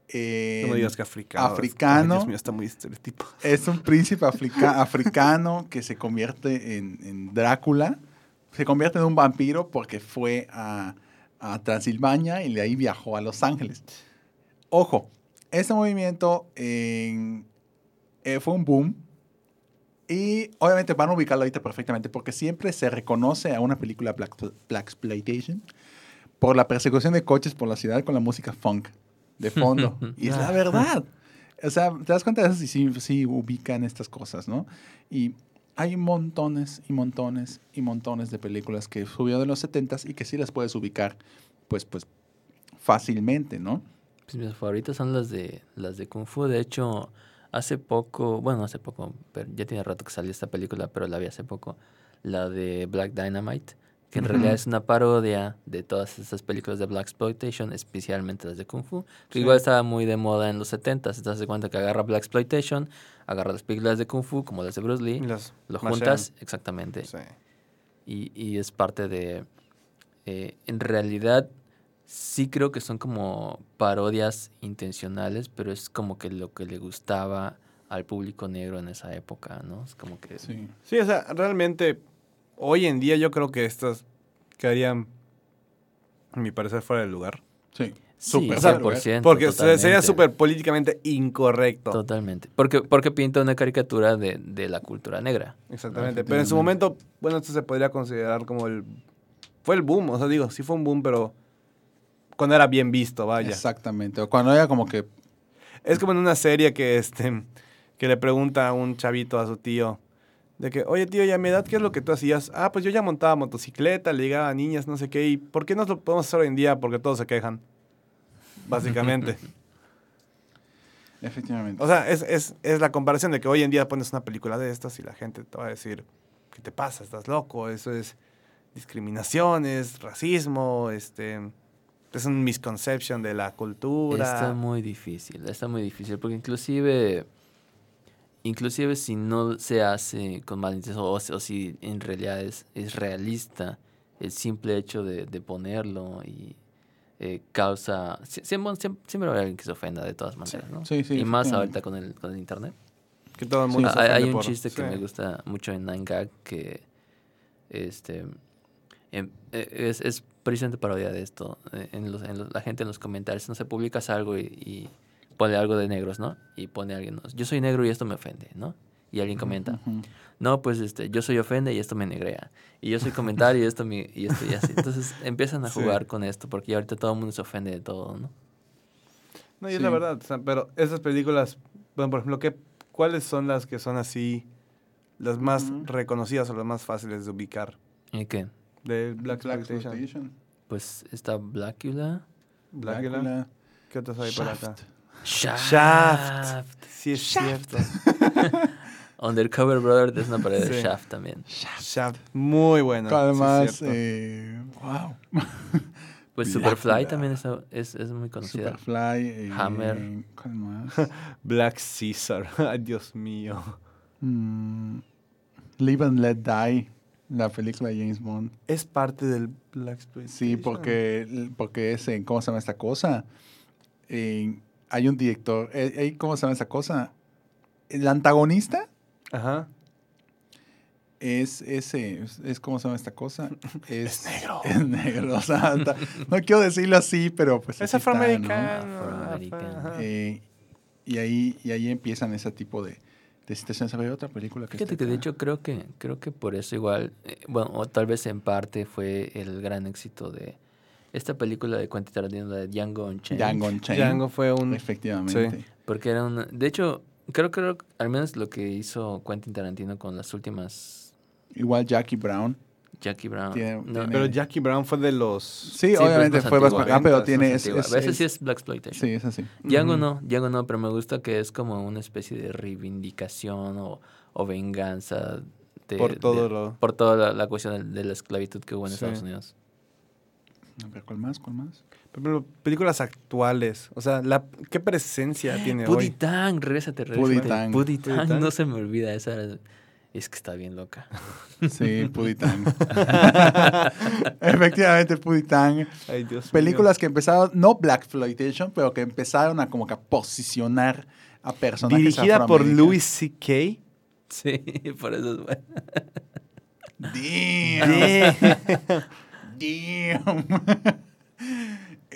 S2: eh,
S3: No me digas que africano.
S2: africano.
S3: Ay, Dios mío, está muy estereotipo.
S2: Es un príncipe africa- africano que se convierte en, en Drácula. Se convierte en un vampiro porque fue a, a Transilvania y de ahí viajó a Los Ángeles. Ojo, este movimiento en- eh, fue un boom. Y obviamente van a ubicarlo ahorita perfectamente porque siempre se reconoce a una película Black, Black Exploitation por la persecución de coches por la ciudad con la música funk de fondo. y es la verdad. O sea, te das cuenta de eso y sí, sí ubican estas cosas, ¿no? Y hay montones y montones y montones de películas que subió de los 70s y que sí las puedes ubicar, pues, pues, fácilmente, ¿no?
S4: Pues mis favoritas son las de las de Kung Fu. De hecho, hace poco, bueno, hace poco, pero ya tiene rato que salió esta película, pero la vi hace poco, la de Black Dynamite, que en realidad es una parodia de todas estas películas de Black Exploitation, especialmente las de Kung Fu, que igual estaba muy de moda en los 70s. Entonces se cuenta que agarra Black Exploitation, agarra las películas de Kung Fu, como las de Bruce Lee,
S3: Y las
S4: lo
S3: mashean.
S4: juntas, exactamente
S3: Sí.
S4: y, y es parte de... eh, en realidad sí creo que son como parodias intencionales, pero es como que lo que le gustaba al público negro en esa época, ¿no? Es como que...
S2: Sí.
S3: Sí, o sea, realmente hoy en día yo creo que estas quedarían, a mi parecer, fuera del lugar.
S2: Sí.
S4: Sí,
S2: Súper.
S4: 100%.
S3: Porque se- sería
S4: pues, totalmente.
S3: súper políticamente incorrecto.
S4: Totalmente. Porque, porque pinta una caricatura de, de la cultura negra.
S3: Exactamente. Pero en su momento, bueno, esto se podría considerar como el... Fue el boom, o sea, digo, sí fue un boom, pero cuando era bien visto, vaya.
S2: Exactamente. O cuando era como que
S3: Es como en una serie que, este, que le pregunta a un chavito a su tío, de que, oye tío, ¿y a mi edad qué es lo que tú hacías? Ah, pues yo ya montaba motocicleta, le llegaba a niñas, no sé qué, ¿y por qué no lo podemos hacer hoy en día? Porque todos se quejan, básicamente.
S2: Efectivamente.
S3: o sea, es, es- es la comparación de que hoy en día pones una película de estas y la gente te va a decir, ¿qué te pasa? ¿Estás loco? Eso es discriminación, es racismo, este, es un misconception de la cultura.
S4: Está muy difícil, está muy difícil, porque inclusive, inclusive si no se hace con mal intención, o, si- o si en realidad es, es realista, el simple hecho de, de ponerlo y eh, causa, sie- siempre, siempre, siempre habrá alguien que se ofenda de todas maneras, ¿no?
S2: sí, sí,
S4: y más
S2: efectivamente.
S4: ahorita con el, con el internet.
S3: que todo el
S2: Sí.
S3: mundo se
S4: Ah, hay,
S3: ofende
S4: hay un
S3: por-
S4: chiste que
S3: Sí.
S4: me gusta mucho en 9gag que este em, eh, es, es precisamente parodia de esto. Eh, En los- en los- la gente en los comentarios, no sé, publicas algo y, y pone algo de negros, ¿no? Y pone alguien, ¿no? yo soy negro y esto me ofende, ¿no? Y alguien comenta,
S2: Ujú.
S4: no, pues este, yo soy ofende y esto me negrea. Y yo soy comentario y esto me, y esto y así. Entonces empiezan a
S3: Sí.
S4: jugar con esto porque ya ahorita todo el mundo se ofende de todo, ¿no?
S3: No, y es la
S2: Sí.
S3: verdad, o sea, pero esas películas, bueno, por ejemplo, ¿qué ¿cuáles son las que son así las más
S2: Ujú.
S3: reconocidas o las más fáciles de ubicar?
S4: ¿Y qué?
S3: De Black,
S2: Black
S3: Exploitation.
S2: Exploitation,
S4: Pues está Blackula.
S3: Blackula.
S2: Drácula,
S3: ¿Qué otras hay por acá?
S2: Shaft.
S4: Shaft.
S3: Shaft. Sí, es cierto.
S4: Undercover Brother es una pared de
S3: Sí.
S4: Shaft también.
S3: Shaft. Muy buena. sí es
S2: Además,
S3: cierto.
S2: eh, wow.
S4: Pues
S2: Blackula.
S4: Superfly también es, es, es muy conocida.
S2: Superfly. eh,
S4: Hammer.
S2: ¿Cuál más?
S3: Black Caesar. Ay, Dios mío.
S2: Mm, Live and Let Die, la película de James Bond.
S3: Es parte del Black Exploitation.
S2: Sí, porque, porque es en, ¿cómo se llama esta cosa? En- hay un director, eh, eh, ¿cómo se llama esta cosa? El antagonista
S3: Ajá.
S2: es ese, es, es ¿cómo se llama esta cosa? Es, negro. Es negro, o sea, anta- no quiero decirlo así, pero pues
S3: Es
S2: así está, ¿no?
S3: afroamericano.
S4: Afroamericano.
S3: Afro- ajá.
S2: Eh, y, ahí, y ahí empiezan ese tipo de, de situaciones. Había otra película que...
S4: Fíjate
S2: está
S4: que de
S2: acá.
S4: hecho creo que, creo que por eso igual, eh, bueno, o tal vez en parte fue el gran éxito de esta película de Quentin Tarantino de Django Unchained.
S2: Django Unchained.
S3: Django fue un...
S2: Efectivamente.
S3: Sí.
S4: Porque era una... De hecho, creo que al menos lo que hizo Quentin Tarantino con las últimas
S2: Igual Jackie Brown.
S4: Jackie Brown.
S2: Tiene-
S4: no,
S2: tiene-
S3: Pero Jackie Brown fue de los...
S2: Sí,
S4: Sí, pero es
S2: obviamente
S4: más
S2: fue más
S4: antigua.
S2: para acá, pero
S3: Ventas,
S2: tiene...
S4: es
S2: Es,
S4: antigua.
S2: es-
S4: Ese sí
S2: es-
S4: es Black Exploitation.
S2: Sí, es así.
S4: Django
S3: Ujú.
S4: no, Django no, pero me gusta que es como una especie de reivindicación o, o venganza de,
S3: Por todo
S4: de-
S3: lo-
S4: por toda la, la cuestión de, de la esclavitud que hubo en
S3: Sí.
S4: Estados Unidos.
S2: A ver, ¿Cuál más? ¿Cuál más?
S3: Por ejemplo, películas actuales. O sea, la, ¿qué presencia tiene hoy?
S4: Puditang, regrésate, regrésate.
S2: Puditang.
S4: Puditang,
S3: Puditang.
S4: no se me olvida esa. era- Es que está bien loca.
S2: Sí, Puditang. Efectivamente, Puditang.
S3: Ay, Dios mío.
S2: Películas que empezaron, no Black Exploitation, pero que empezaron a como que a posicionar a personajes
S3: Dirigida por
S2: afroamericanos.
S3: Louis C.K.
S4: Sí, por eso es bueno.
S2: Damn. Damn.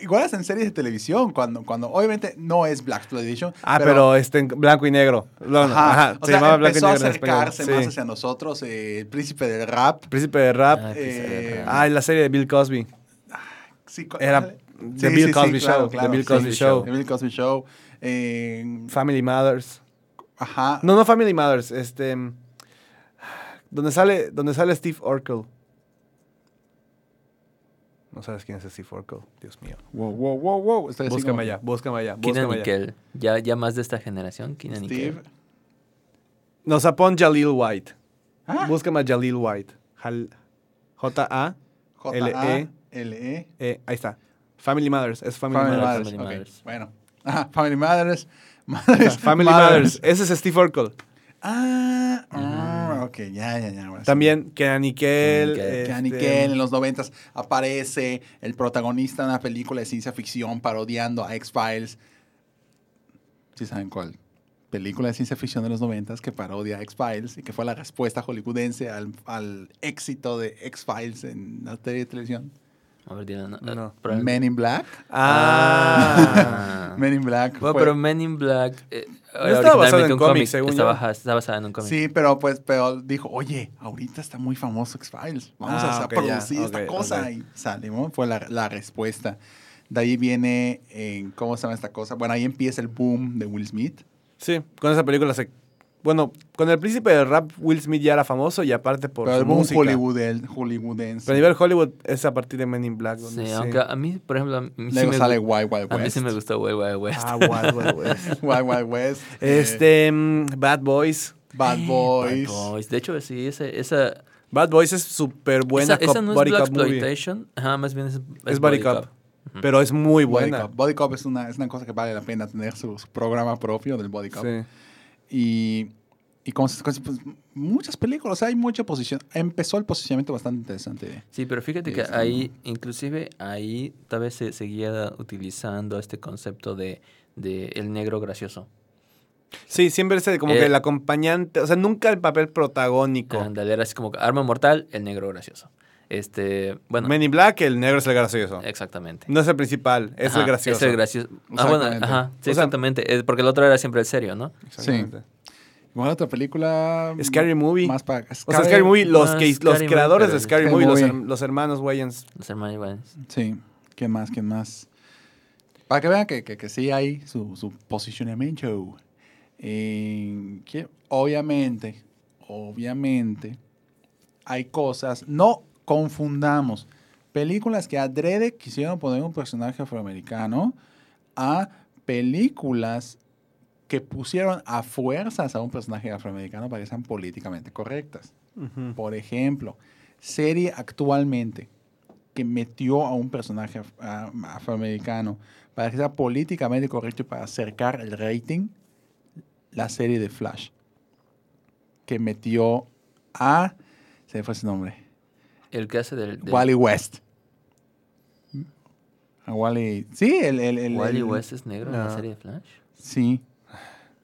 S2: Igual hasta en series de televisión, cuando, cuando obviamente no es Black Exploitation.
S3: Ah, pero, este en blanco y negro. No, no,
S2: Ajá.
S3: ajá,
S2: O sea,
S3: Blanco y
S2: empezó a
S3: Negro en español,
S2: acercarse
S3: sí.
S2: más hacia nosotros, eh, el príncipe del rap.
S3: Príncipe de rap.
S4: Ah,
S3: Ah,
S2: eh,
S3: y la serie de Bill Cosby.
S2: Sí, cu-
S3: Era
S2: dale.
S3: The Bill Cosby Show, The Bill Cosby Show.
S2: The Bill Cosby Show. eh,
S3: Family Matters.
S2: ajá.
S3: No, no Family Matters. Este. mm, Donde sale, donde sale Steve Urkel. No sabes quién es Steve Urkel, Dios mío.
S2: Wow, wow, wow, wow. Estoy así
S3: Búscame
S2: como-
S3: allá, búscame allá,
S4: Keenan
S3: búscame
S4: y
S3: allá.
S4: Kel. Ya, ya más de esta generación, Keenan y
S2: Steve.
S4: Kel.
S3: No, Sapon Jalil White.
S2: Ah.
S3: Búscame a Jalil White. Jal- J-A. E.
S2: J-A, L-E.
S3: eh, ahí está. Family Matters. Es Family,
S2: E. Family
S3: Matters.
S2: Matters.
S4: Family
S2: ok,
S4: Matters.
S2: Bueno. Ajá, Family Matters.
S3: O
S2: Mothers,
S3: sea, Family Matters. Eh.
S2: Mothers.
S3: Ese es Steve Urkel.
S2: Ah, ah, ok, ya, ya, ya. ahora sí.
S3: También Kenan y Kel,
S4: Kenan y Kel.
S3: este,
S2: Que Annie Kell en los noventas aparece el protagonista de una película de ciencia ficción parodiando a X-Files. ¿Sí saben cuál? Película de ciencia ficción de los noventas que parodia a X-Files y que fue la respuesta hollywoodense al, al éxito de X-Files en la serie de televisión.
S4: A ver, dilo, no. eh,
S3: No.
S4: probable-
S2: Men in Black.
S3: Ah.
S4: Ah.
S2: Men in Black.
S4: Bueno,
S2: fue-
S4: pero Men in Black. eh,
S3: No estaba basado en
S4: originalmente un
S3: cómic,
S4: cómic,
S3: según
S4: está,
S3: yo.
S4: baja- está basada en un cómic.
S2: sí, pero pues pero dijo, oye, ahorita está muy famoso X-Files. Vamos
S3: Ah,
S2: a
S3: ok,
S2: producir
S3: ya,
S2: esta
S3: ok,
S2: cosa.
S3: ok.
S2: Y salimos, fue la, la respuesta. De ahí viene, en, ¿cómo se llama esta cosa? Bueno, ahí empieza el boom de Will Smith.
S3: Sí, con esa película se... Bueno, con El Príncipe del Rap, Will Smith ya era famoso y aparte por
S2: pero
S3: su
S2: el boom
S3: música.
S2: hollywoodel- hollywoodense.
S3: Pero a nivel Hollywood es a partir de Men in Black.
S4: Sí,
S3: donde sí.
S4: aunque a mí, por ejemplo, a mí, sí
S2: Luego
S4: me,
S2: sale
S4: gu-
S2: Wild Wild
S4: a mí
S2: West.
S4: sí me gustó Wild Wild West.
S3: Ah, Wild Wild West.
S2: Wild Wild West. eh,
S3: este, mm, Bad Boys.
S2: Bad Boys.
S4: Bad Boys. De hecho, sí, ese- esa,
S3: Bad Boys es súper buena
S4: esa,
S3: cop-
S4: esa no es
S3: body
S4: Black
S3: cop movie.
S4: Exploitation. Ajá, más bien es,
S3: Es Body Cop. Pero es muy
S2: Body
S3: buena.
S2: Cop. Body Cop es una, es una cosa que vale la pena tener su, su programa propio del Body Cop.
S3: Sí.
S2: Y, y como se- pues, muchas películas, hay mucha posición. Empezó el posicionamiento bastante interesante.
S4: Sí, pero fíjate que
S2: Es,
S4: ahí, inclusive ahí, tal vez se seguía utilizando este concepto de, de el negro gracioso.
S3: Sí, siempre es el- como
S4: Eh.
S3: que el acompañante, o sea, nunca el papel protagónico.
S4: Ándale, era así como que arma mortal, el negro gracioso. Este, bueno,
S3: Men in Black, el negro es el gracioso.
S4: exactamente.
S3: No es el principal, es
S4: Ajá,
S3: el gracioso.
S4: Es el gracioso. Ah, bueno,
S2: Exactamente.
S4: ajá, sí,
S3: O sea-
S4: exactamente. eh, Porque el otro era siempre el serio, ¿no?
S3: Exactamente.
S2: Igual otra película.
S3: Scary Movie.
S2: Más para.
S3: O sea, Scary Movie, los,
S4: Ah,
S3: que,
S4: Scary
S3: los
S4: Movie,
S3: creadores
S4: pero
S3: de Scary
S2: Scary
S3: Movie, los,
S2: Movie.
S3: her- los hermanos Wayans.
S4: Los hermanos Wayans.
S2: Sí. ¿Quién más? ¿Quién más? Para que vean que, que, que sí hay su, su posicionamiento. en que obviamente, obviamente, hay cosas, no confundamos películas que adrede quisieron poner un personaje afroamericano a películas que pusieron a fuerzas a un personaje afroamericano para que sean políticamente correctas.
S3: Ujú.
S2: Por ejemplo, serie actualmente que metió a un personaje af- a- afroamericano para que sea políticamente correcto y para acercar el rating, la serie de Flash, que metió a, se me fue su nombre,
S4: El que hace del... del-
S2: Wally West. A Wally, sí, el... el, el-
S4: Wally
S2: el-
S4: West es negro en
S3: No.
S4: la serie de Flash.
S2: Sí,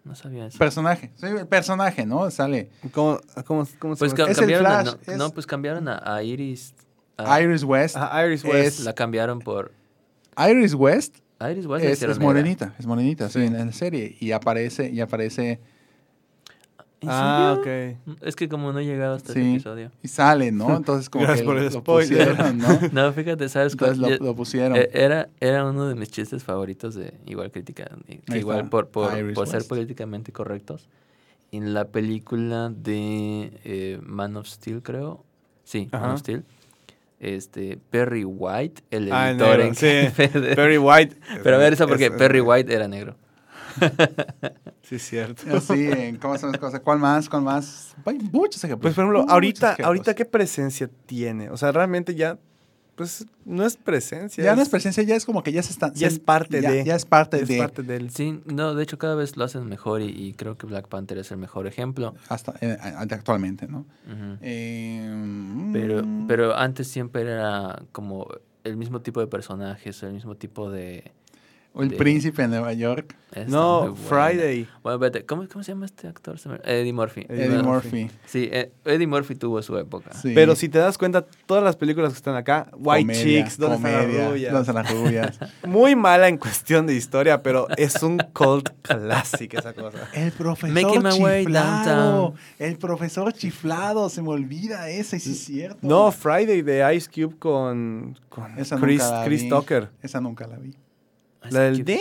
S4: No sabía eso.
S2: personaje, sí, el personaje, ¿no? Sale
S3: ¿Cómo, cómo, cómo
S4: pues
S3: se
S4: ca-
S2: Es el
S4: cambiaron a,
S2: Flash,
S4: no,
S2: es-
S4: no, pues cambiaron a, a Iris. a-
S2: Iris West.
S3: Ajá, Ah, Iris
S2: es-
S3: West.
S4: La cambiaron por...
S2: Iris West
S4: a Iris West la
S2: es,
S4: hicieron
S2: es
S4: negra.
S2: morenita, es morenita, sí, en la serie. Y aparece, y aparece,
S4: ¿En
S3: Ah,
S4: serio?
S3: ok.
S4: Es que como no he llegado hasta
S2: Sí.
S4: ese este episodio.
S2: y sale, ¿no? Entonces como
S3: Gracias
S2: que
S3: por
S2: lo,
S3: el
S2: lo
S3: spoiler.
S2: pusieron, ¿no?
S4: No, fíjate, ¿sabes cuál?
S2: Entonces lo,
S4: Yo-
S2: lo pusieron.
S4: eh, Era, era uno de mis chistes favoritos de igual crítica, y- que
S2: Ahí
S4: igual
S2: está,
S4: por, por,
S2: Iris
S4: por ser
S2: West.
S4: políticamente correctos. En la película de eh, Man of Steel, creo. Sí, Man
S3: Ajá.
S4: of Steel. Este, Perry White, el
S3: Ah, el
S4: editor
S3: negro,
S4: en
S3: sí.
S4: jefe de-
S3: Perry White.
S4: Pero a ver eso porque
S3: Es- eh,
S4: Perry White era negro.
S3: Sí, cierto.
S2: Así, Eh, en cómo son las cosas. ¿Cuál más? ¿Cuál más? Hay muchos ejemplos.
S3: Pues, por ejemplo,
S2: muchos
S3: ahorita,
S2: ejemplos.
S3: ahorita ¿qué presencia tiene? O sea, realmente ya, pues, no es presencia.
S2: Ya no es presencia, ya es como que ya se están...
S3: Ya es parte
S2: ya-
S3: de-
S2: Ya es parte
S3: es
S2: de...
S3: parte del...
S4: Sí, no, de hecho cada vez lo hacen mejor y, y creo que Black Panther es el mejor ejemplo.
S2: Hasta, eh, de actualmente, ¿no?
S4: Ujú.
S2: Eh,
S4: Pero,
S2: mm,
S4: pero antes siempre era como el mismo tipo de personajes, el mismo tipo de...
S2: o El
S4: de-
S2: príncipe en Nueva York,
S4: Está muy
S3: No,
S4: buena.
S3: Friday.
S4: Bueno, espérate, ¿cómo, cómo se llama este actor? Se me- Eddie Murphy.
S3: Eddie
S2: Eddie,
S4: Bueno,
S2: Murphy.
S4: Sí, eh, Eddie Murphy tuvo su época.
S2: sí.
S3: Pero si te das cuenta, todas las películas que están acá, White
S2: Comedia,
S3: Chicks, ¿dónde
S2: comedia, ¿Dónde
S3: están las rubias?
S2: están las rubias?
S3: Muy mala en cuestión de historia, pero es un cult classic esa cosa.
S2: El profesor
S4: Making my way
S2: chiflado.
S4: downtown.
S2: El profesor chiflado. Se me olvida ese, sí es cierto.
S3: No, Friday de Ice Cube con, con
S2: Esa nunca
S3: Chris,
S2: la
S3: Chris
S2: vi.
S3: Tucker.
S2: Esa nunca la vi.
S4: Así
S3: La del
S4: que-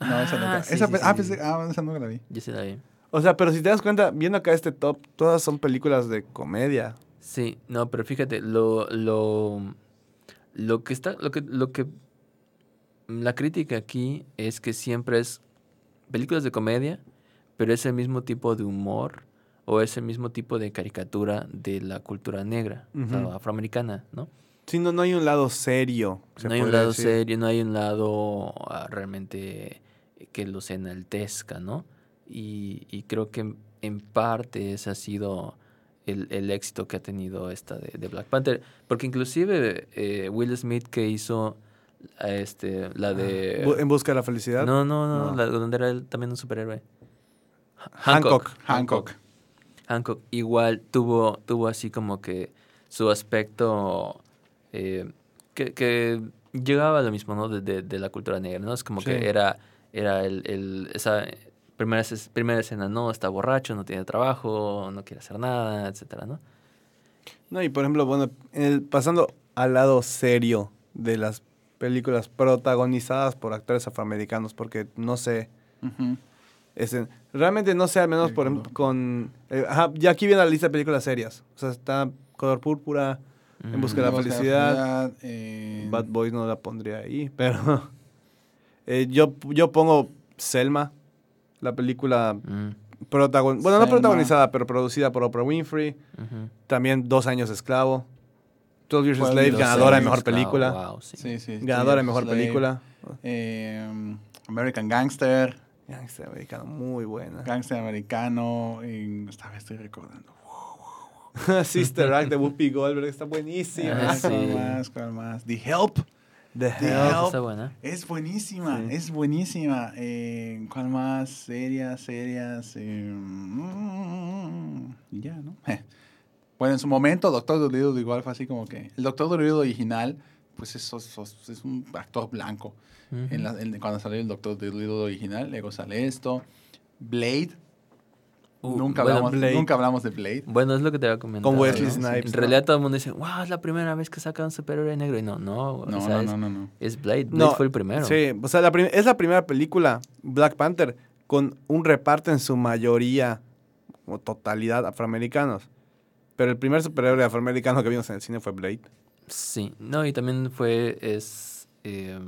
S2: No, esa
S4: Ah,
S2: nunca.
S4: sí,
S2: esa,
S4: sí,
S2: pe-
S4: sí,
S2: ah,
S4: sí.
S2: pensé- ah, esa nunca la vi.
S4: Yo sí la vi.
S3: O sea, pero si te das cuenta, viendo acá este top, todas son películas de comedia.
S4: Sí, no, pero fíjate, lo, lo, lo que está, lo que, lo que, la crítica aquí es que siempre es películas de comedia, pero es el mismo tipo de humor o es el mismo tipo de caricatura de la cultura negra, o sea,
S3: Ujú.
S4: afroamericana, ¿no?
S3: Sí, no, no hay un lado serio. se
S4: No hay un
S3: podría
S4: lado
S3: decir.
S4: serio, no hay un lado ah, realmente que los enaltezca, ¿no? Y, y creo que en, en parte ese ha sido el, el éxito que ha tenido esta de, de Black Panther. Porque inclusive eh, Will Smith que hizo ah, este, la de...
S3: Bu- Ah, En busca de la felicidad.
S4: no, no, no,
S3: No.
S4: la- donde era él también un superhéroe. Ha-
S3: Hancock.
S2: Hancock.
S4: Hancock igual tuvo, tuvo así como que su aspecto eh, que, que llegaba a lo mismo, ¿no? De, de- de la cultura negra, ¿no? Es como
S3: Sí.
S4: que era, era el, el- esa primera, es- primera escena, no, está borracho, no tiene trabajo, no quiere hacer nada, etcétera, ¿no?
S3: No, y por ejemplo, bueno, el- pasando al lado serio de las películas protagonizadas por actores afroamericanos, porque no sé,
S2: Ujú.
S3: es en- realmente no sé, al menos
S2: El
S3: por ejemplo
S2: color.
S3: con... eh, ajá, ya aquí viene la lista de películas serias. O sea, está Color Púrpura, En Mm, busca de la
S2: Busca la
S3: felicidad.
S2: felicidad, eh,
S3: Bad Boys no la pondría ahí, pero eh, yo, yo pongo Selma, la película
S4: Mm,
S3: protagonizada, bueno, no
S2: Selma.
S3: protagonizada, pero producida por Oprah Winfrey.
S4: ujú.
S3: También Dos Años Esclavo. 12 Years a
S2: Bueno,
S3: Slave,
S2: Dos
S3: ganadora de
S2: Años
S3: Mejor
S4: Esclavo,
S3: Película.
S4: oh, wow, sí.
S2: Sí, sí. Slave,
S3: Ganadora de Mejor
S2: Slave,
S3: Película.
S2: eh, American Gangster.
S3: Gangster americano, muy buena.
S2: Gangster Americano. en- esta vez estoy recordando.
S3: Sister Act de Whoopi Goldberg, está
S4: Ah,
S3: buenísima.
S4: sí.
S2: ¿Cuál más? ¿Cuál más? The Help.
S3: The
S4: Ah,
S3: Help.
S4: esa
S2: Help.
S4: está buena.
S2: Es buenísima,
S3: Sí.
S2: es buenísima. Eh, ¿Cuál más? Serias, serias. eh, mm, y ya, ¿no? Bueno, en su momento, Doctor Dolittle igual fue así como que... El Doctor Dolittle original, pues es, es- es un actor blanco.
S4: Ujú.
S2: En la- en- cuando salió el Doctor Dolittle original, luego sale esto. Blade.
S4: Uh,
S2: nunca,
S4: bueno,
S2: hablamos,
S3: Blade.
S2: nunca hablamos de Blade.
S4: Bueno, es lo que te había comentado.
S3: Wesley
S4: ¿no?
S3: Snipes,
S4: En
S3: ¿no?
S4: realidad todo el mundo dice, wow, es la primera vez que saca un superhéroe negro. Y no, no,
S2: No,
S4: o sea,
S2: no,
S4: es-
S2: no, no, no.
S4: Es Blade. Blade
S3: No,
S4: fue el primero.
S3: Sí, o sea, la prim- es la primera película, Black Panther, con un reparto en su mayoría o totalidad afroamericanos. Pero el primer superhéroe afroamericano que vimos en el cine fue Blade.
S4: Sí, no, y también fue, es, eh,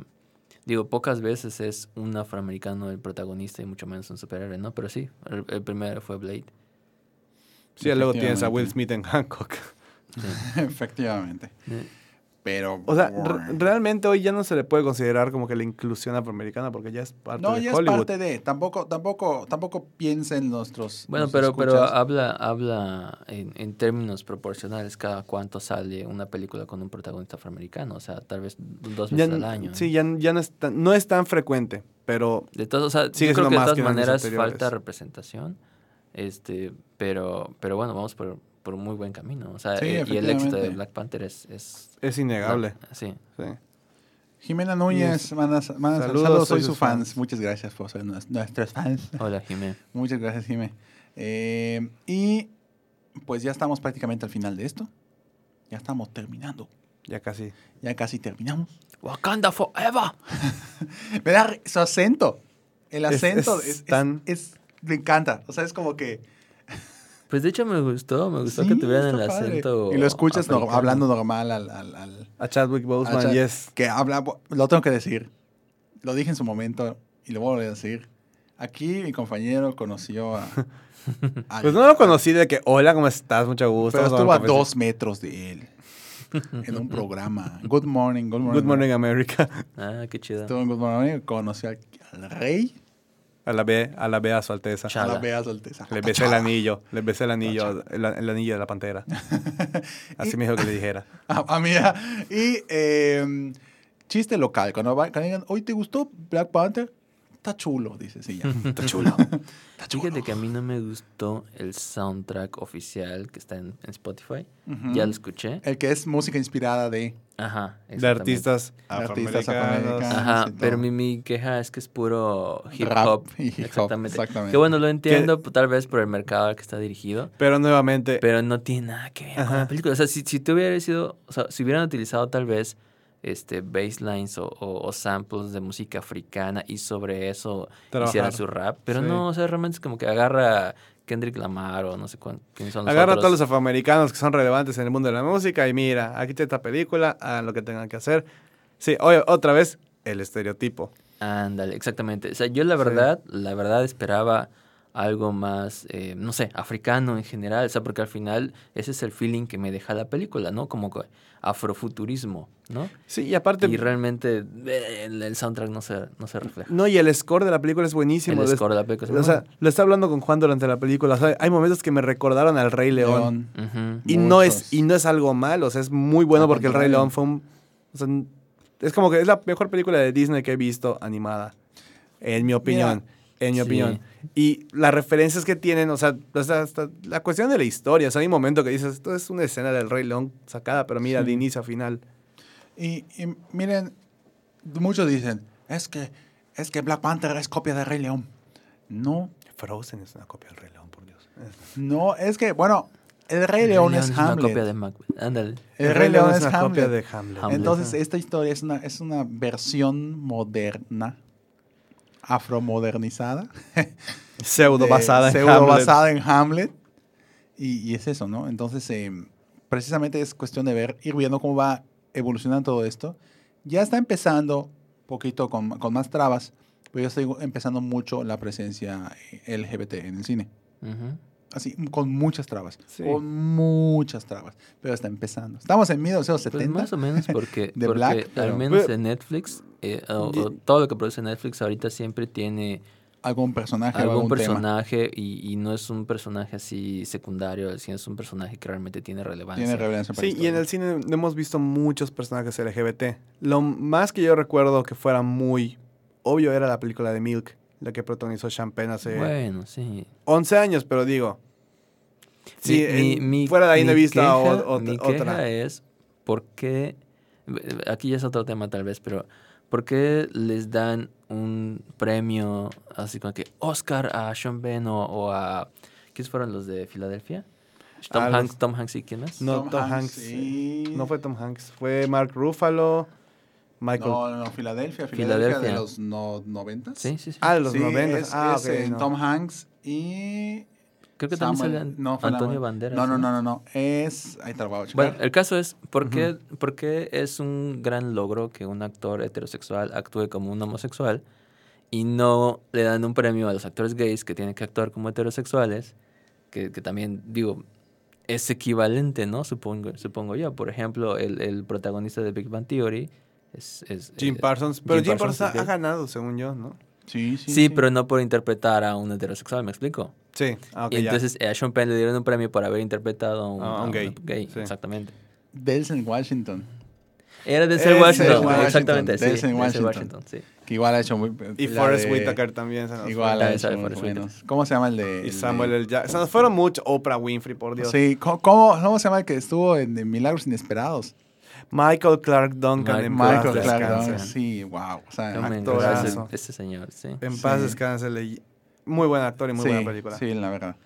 S4: digo, pocas veces es un afroamericano el protagonista y mucho menos un superhéroe, ¿no? Pero sí, el, el primero fue Blade.
S3: Sí, ya luego tienes a Will
S2: Efectivamente.
S3: Smith en Hancock.
S2: Efectivamente.
S4: Eh,
S2: Pero.
S3: O sea, re- realmente hoy ya no se le puede considerar como que la inclusión afroamericana porque ya es parte
S2: no,
S3: de
S2: ya es
S3: Hollywood.
S2: parte de. Tampoco, tampoco, tampoco piensen nuestros.
S4: Bueno,
S2: nuestros
S4: pero, pero ah,
S2: escuchas.
S4: habla, habla en, en términos proporcionales cada cuánto sale una película con un protagonista afroamericano, o sea, tal vez dos
S3: Ya
S4: veces al
S3: n-
S4: año.
S3: Sí, ya, n- ya no, es tan, no es tan frecuente, pero
S4: De todos, o sea, yo
S3: Sigue siendo
S4: creo que de
S3: más
S4: todas
S3: que en años
S4: maneras
S3: anteriores.
S4: falta representación, este, pero, pero bueno, vamos por, por muy buen camino. O sea,
S2: Sí,
S4: e- y el éxito de
S2: efectivamente.
S4: Black Panther es... es
S3: es innegable.
S4: sí.
S3: sí.
S2: Jimena Núñez, mandas, mandas saludos,
S3: Saludos,
S2: soy su fans. Muchas gracias por ser nues- nuestros fans.
S4: Hola, Jimé.
S2: Muchas gracias, Jimé. Eh, y pues ya estamos prácticamente al final de esto. Ya estamos terminando.
S3: Ya casi.
S2: Ya casi terminamos.
S4: Wakanda Forever.
S2: Me da re- su acento. El
S3: Es-
S2: acento
S3: es
S2: es, es-
S3: tan-
S2: es- me encanta. O sea, es como que.
S4: Pues de hecho me gustó, me gustó que
S2: sí,
S4: tuvieran el
S2: está padre.
S4: acento.
S2: Y lo escuchas no-
S4: africano.
S2: hablando normal al. al- al-
S3: A Chadwick
S2: al
S3: Boseman,
S2: chat,
S3: yes.
S2: Ah, Que habla. Lo tengo que decir. Lo dije en su momento y lo vuelvo a decir. Aquí mi compañero conoció a. al-
S3: Pues no lo conocí de que, hola, ¿cómo estás? Mucho gusto.
S2: Pero
S3: Vamos
S2: estuvo a
S3: tomar un cafecito".
S2: dos metros de él. En un programa. Good morning, good morning.
S3: Good Morning America.
S4: Ah, qué chido.
S2: Estuvo en Good morning. Conoció al, al rey.
S3: A la B, a la B a su alteza.
S4: Cha-
S2: A
S4: Chala.
S2: la Bea Alteza.
S3: Le besé el anillo, le besé el anillo, el, el anillo de la pantera. Así me dijo que le dijera.
S2: Ah, mira. Y eh, chiste local. Cuando, va- cuando digan, hoy te gustó Black Panther, está chulo, dice. Sí, ya. Está chulo. Está chulo.
S4: Fíjate que a mí no me gustó el soundtrack oficial que está en, en Spotify.
S2: Ujú.
S4: Ya lo escuché.
S2: El que es música inspirada de
S4: Ajá.
S3: De artistas
S2: Artistas
S3: afroamericanos.
S2: afroamericanos.
S4: Ajá,
S2: y todo.
S4: pero mi, mi queja es que es puro hip
S2: Rap
S4: hop.
S2: y hip hop,
S4: Exactamente.
S2: exactamente.
S4: Que bueno, lo entiendo p- tal vez por el mercado al que está dirigido,
S3: Pero nuevamente,
S4: pero no tiene nada que ver con la
S3: Ajá.
S4: película. O sea, si, si te hubiera sido, o sea, si hubieran utilizado tal vez este baselines o, o- o samples de música africana y sobre eso
S3: Trabajar.
S4: hicieran su rap, pero
S3: Sí.
S4: no, o sea, realmente es como que agarra Kendrick Lamar o no sé cuán, quiénes son los
S3: agarra a
S4: otros.
S3: todos los afroamericanos que son relevantes en el mundo de la música y mira, aquí está esta película, hagan lo que tengan que hacer. Sí, oye, otra vez, el estereotipo.
S4: Ándale, exactamente. O sea, yo la
S3: Sí.
S4: verdad, la verdad esperaba algo más, eh, no sé, africano en general, o sea, porque al final ese es el feeling que me deja la película, ¿no? Como que afrofuturismo, ¿no?
S3: Sí, y aparte...
S4: Y realmente eh, el el soundtrack no se, no se refleja.
S3: No, y el score de la película es buenísimo.
S4: El
S3: Lo-
S4: score de la película. es muy
S3: O sea,
S4: bueno.
S3: lo está hablando con Juan durante la película. o sea, hay momentos que me recordaron al Rey León.
S2: León.
S4: Ujú.
S3: Y no, es,
S2: Muchos.
S3: y no es algo malo, o sea, es muy bueno
S2: Al
S3: porque el Rey
S2: contrario.
S3: León fue un... o sea, n- es como que es la mejor película de Disney que he visto animada, en mi opinión, en mi
S4: Sí.
S3: opinión. Y las referencias que tienen, o sea, hasta- hasta la cuestión de la historia, o sea, hay un momento que dices, esto es una escena del Rey León sacada, pero mira,
S2: Sí.
S3: de inicio a final.
S2: Y, y miren, muchos dicen, es que, es que Black Panther es copia de Rey León. No,
S3: Frozen es una copia del Rey León, por Dios.
S2: no, es que, bueno, el Rey
S4: El
S2: León es
S4: una copia
S2: Hamlet.
S4: de Macbeth. Ándale.
S2: El Rey León es
S3: una copia
S2: Hamlet.
S3: de Hamlet.
S4: Hamlet.
S2: Entonces,
S4: Ajá.
S2: esta historia es una, es una versión moderna, afromodernizada,
S3: Pseudo
S2: de-
S3: basada en
S2: pseudo Eh,
S3: Hamlet.
S2: basada en Hamlet. Y, y es eso, ¿no? Entonces, eh, precisamente es cuestión de ver, ir viendo cómo va evolucionando todo esto. Ya está empezando poquito con, con más trabas, pero yo estoy empezando mucho la presencia eh, LGBT en el cine.
S4: Ujú.
S2: Así, con muchas trabas.
S3: Sí.
S2: Con muchas trabas. Pero está empezando. Estamos en 1970.
S4: Pues más o menos porque,
S2: De
S4: porque
S2: Black, pero-
S4: al menos
S3: Pero-
S4: en Netflix, eh, o-
S3: Ye-
S4: o todo lo que produce Netflix ahorita siempre tiene
S2: algún personaje o
S4: algún
S2: algún tema.
S4: personaje y, y no es un personaje así secundario, sino es un personaje que realmente tiene relevancia.
S2: Tiene relevancia para
S3: Sí, y en
S2: historia.
S3: el cine hemos visto muchos personajes LGBT. Lo más que yo recuerdo que fuera muy obvio era la película de Milk, la que protagonizó Sean Penn hace
S4: Bueno, sí.
S3: 11 años, pero digo. Sí,
S4: Mi-
S3: en-
S4: mi-
S3: fuera de ahí
S4: mi
S3: no he visto a
S4: queja-
S3: ot- ot-
S4: mi queja eh.
S3: otra.
S4: es por qué, aquí ya es otro tema tal vez, pero ¿por qué les dan un premio así como que Oscar a Sean Penn o, o a... ¿Quiénes fueron los de Filadelfia? Tom,
S3: Ah, los-
S4: Hanks, Tom Hanks y quién más?
S3: No, Tom Hanks,
S2: Ah, sí.
S3: No fue Tom Hanks, fue Mark Ruffalo, Michael.
S2: No, no, no, Filadelfia, Filadelfia de
S4: Filadelfia.
S2: los no, noventas.
S4: Sí, sí, sí.
S3: Ah, de los
S2: Sí,
S3: 90.
S2: es-
S3: ah,
S2: es,
S3: ok.
S2: eh,
S3: no.
S2: Tom Hanks y
S4: Creo que también
S2: Samuel-
S4: sale An-
S2: no, fue la-
S4: Antonio Banderas.
S2: No, no, no, no, no. Es. Ahí te lo voy a checar.
S4: Bueno, el caso es, ¿por qué, por qué es un gran logro que un actor heterosexual actúe como un homosexual y no le dan un premio a los actores gays que tienen que actuar como heterosexuales? Que, que también, digo, es equivalente, ¿no? Supongo, supongo yo. Por ejemplo, el, el protagonista de Big Bang Theory es... es-
S3: Jim
S4: eh,
S3: Parsons. Pero Jim, Parsons,
S4: Parsons es
S3: ha- ha
S4: gay.
S3: ganado, según yo, ¿no?
S2: sí, sí,
S4: Sí, pero no por interpretar a un heterosexual, ¿me explico?
S3: Sí. Ah, ok,
S4: y
S3: ya.
S4: entonces eh, a Sean Penn le dieron un premio por haber interpretado a un,
S3: Ah, un
S4: a un
S3: gay.
S4: gay,
S3: Sí.
S4: exactamente.
S2: Denzel Washington.
S4: Era de
S3: Denzel
S4: ser Washington,
S2: Washington,
S4: exactamente.
S2: Denzel
S4: sí, Denzel
S2: Washington.
S4: Washington, sí.
S2: Que igual ha hecho muy.
S3: y
S2: la
S3: Forrest
S2: de-
S3: Whitaker también. se nos fue.
S2: Igual ha
S4: También
S2: hecho
S4: sale
S2: muy
S4: Forrest Whitaker.
S2: buenos. ¿Cómo se llama el de. el
S3: Y
S2: de-
S3: Samuel L. Jackson. Se nos fueron mucho. Oprah Winfrey, por Dios.
S2: Sí, ¿cómo, cómo, cómo se llama el que estuvo en, en Milagros Inesperados?
S3: Michael Clark Duncan
S4: Mike-
S3: en
S2: Michael
S3: paz
S2: Clark
S3: descanse.
S2: Duncan. Sí, wow. O sea,
S4: No me
S3: Actorazo.
S4: engañes, ese, ese señor, sí.
S3: En paz
S2: Sí.
S3: descanse. le- Muy buen actor y muy
S2: sí,
S3: buena película.
S2: Sí, la verdad.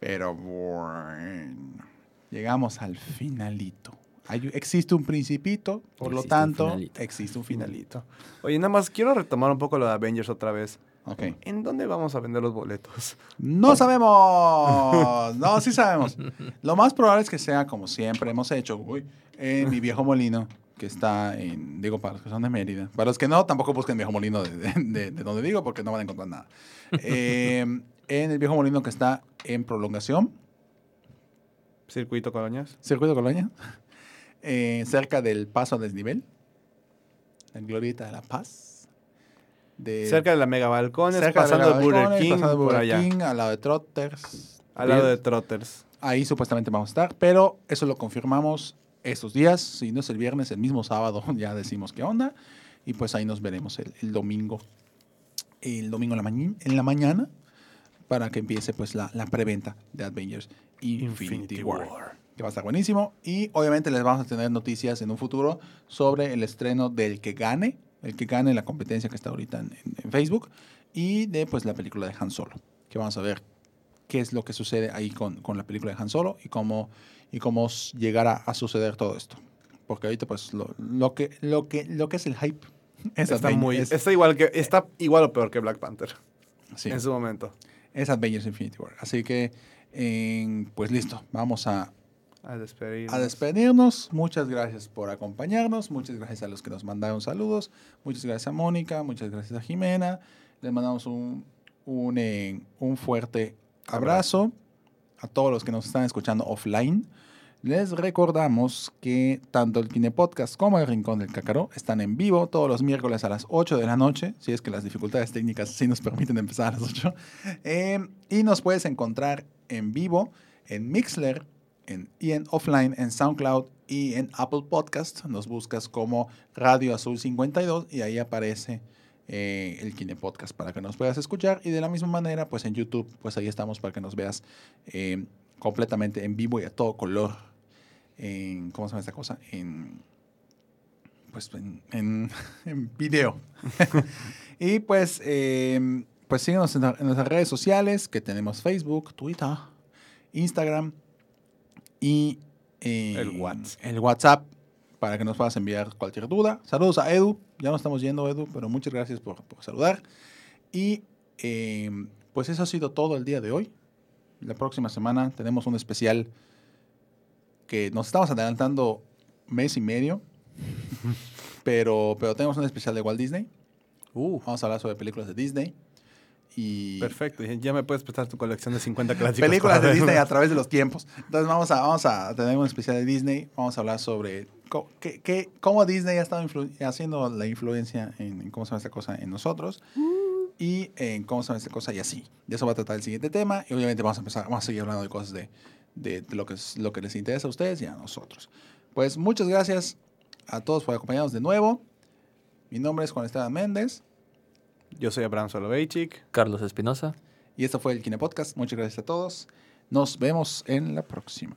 S2: Pero bueno. Llegamos al finalito. Hay- existe un principito, por lo
S4: Existe un
S2: tanto,
S4: finalito.
S2: existe un finalito.
S3: Finalito. Oye, nada más quiero retomar un poco lo de Avengers otra vez.
S2: Ok.
S3: ¿En dónde vamos a vender los boletos?
S2: No sabemos. No, sí sabemos. Lo más probable es que sea como siempre hemos hecho, uy, en mi viejo molino, que está en, digo, para los que son de Mérida. Para los que no, tampoco busquen viejo molino de, de- de- de donde digo, porque no van a encontrar nada. Eh, en el viejo molino que está en prolongación,
S3: Circuito Coloñas.
S2: circuito Colonia, eh, cerca del paso a desnivel, la glorieta de la paz. de-
S3: Cerca de la Mega Balcones,
S2: Eh, cerca de la
S3: pasando el Burger
S2: Balcones,
S3: King,
S2: pasando
S3: por
S2: Burger
S3: allá.
S2: King, al lado de Trotters.
S3: Al lado de Trotters.
S2: Ahí supuestamente vamos a estar, pero eso lo confirmamos estos días. Si no es el viernes, el mismo sábado ya decimos qué onda. Y pues ahí nos veremos el, el domingo. El domingo en la, mañi- en la mañana para que empiece pues la, la preventa de Avengers Infinity,
S3: Infinity
S2: War.
S3: War.
S2: Que va a estar buenísimo. Y obviamente les vamos a tener noticias en un futuro sobre el estreno del que gane. El que gane la competencia que está ahorita en, en- en Facebook. Y de pues la película de Han Solo. Que vamos a ver qué es lo que sucede ahí con, con la película de Han Solo y cómo, y cómo s- llegará a suceder todo esto. Porque ahorita pues lo, lo que, lo, que, lo que es el hype. es
S3: Está
S2: Avengers-
S3: muy,
S2: es-
S3: está igual que, está igual o peor que Black Panther
S2: sí.
S3: en su momento.
S2: es Avengers Infinity War. Así que, en- pues listo, vamos a,
S3: A despedir.
S2: a despedirnos. Muchas gracias por acompañarnos, muchas gracias a los que nos mandaron saludos, muchas gracias a Mónica, muchas gracias a Jimena. Les mandamos un, un, eh, un fuerte abrazo a todos los que nos están escuchando offline. Les recordamos que tanto el Kine Podcast como el Rincón del Cácaro están en vivo todos los miércoles a las 8 de la noche, si es que las dificultades técnicas sí nos permiten empezar a las 8. Eh, y nos puedes encontrar en vivo en Mixler, en, y en offline, en SoundCloud y en Apple Podcast. Nos buscas como Radio Azul 52 y ahí aparece eh, el Kine Podcast para que nos puedas escuchar. Y de la misma manera, pues en YouTube, pues ahí estamos para que nos veas eh, completamente en vivo y a todo color. En, ¿Cómo se llama esta cosa? En, pues en, en- en video. y pues, eh, pues síguenos en, la- en nuestras redes sociales, que tenemos Facebook, Twitter, Instagram y eh,
S3: El Whats.
S2: el WhatsApp para que nos puedas enviar cualquier duda. Saludos a Edu, ya nos estamos yendo Edu, pero muchas gracias por, por saludar. Y eh, pues eso ha sido todo el día de hoy. La próxima semana tenemos un especial que nos estamos adelantando mes y medio, pero, pero tenemos un especial de Walt Disney.
S3: Uh,
S2: Vamos a hablar sobre películas de Disney. Y
S3: perfecto. Ya ya me puedes prestar tu colección de 50 clásicos.
S2: películas
S3: para
S2: de Disney a
S3: verlos.
S2: través de los tiempos. Entonces vamos a, vamos a tener un especial de Disney. Vamos a hablar sobre co- qué- qué- cómo Disney ha estado influ- haciendo la influencia en, en cómo se llama esta cosa en nosotros. Y en cómo se llama esta cosa y así. De eso va a tratar el siguiente tema. Y obviamente vamos a empezar, vamos a seguir hablando de cosas de, de- de lo, que es, lo que les interesa a ustedes y a nosotros. Pues muchas gracias a todos por acompañarnos de nuevo. Mi nombre es Juan Esteban Méndez
S3: Yo soy Abraham Soloveitchik.
S4: Carlos Espinosa.
S2: y esto fue el Kine Podcast. Muchas gracias a todos. Nos vemos en la próxima.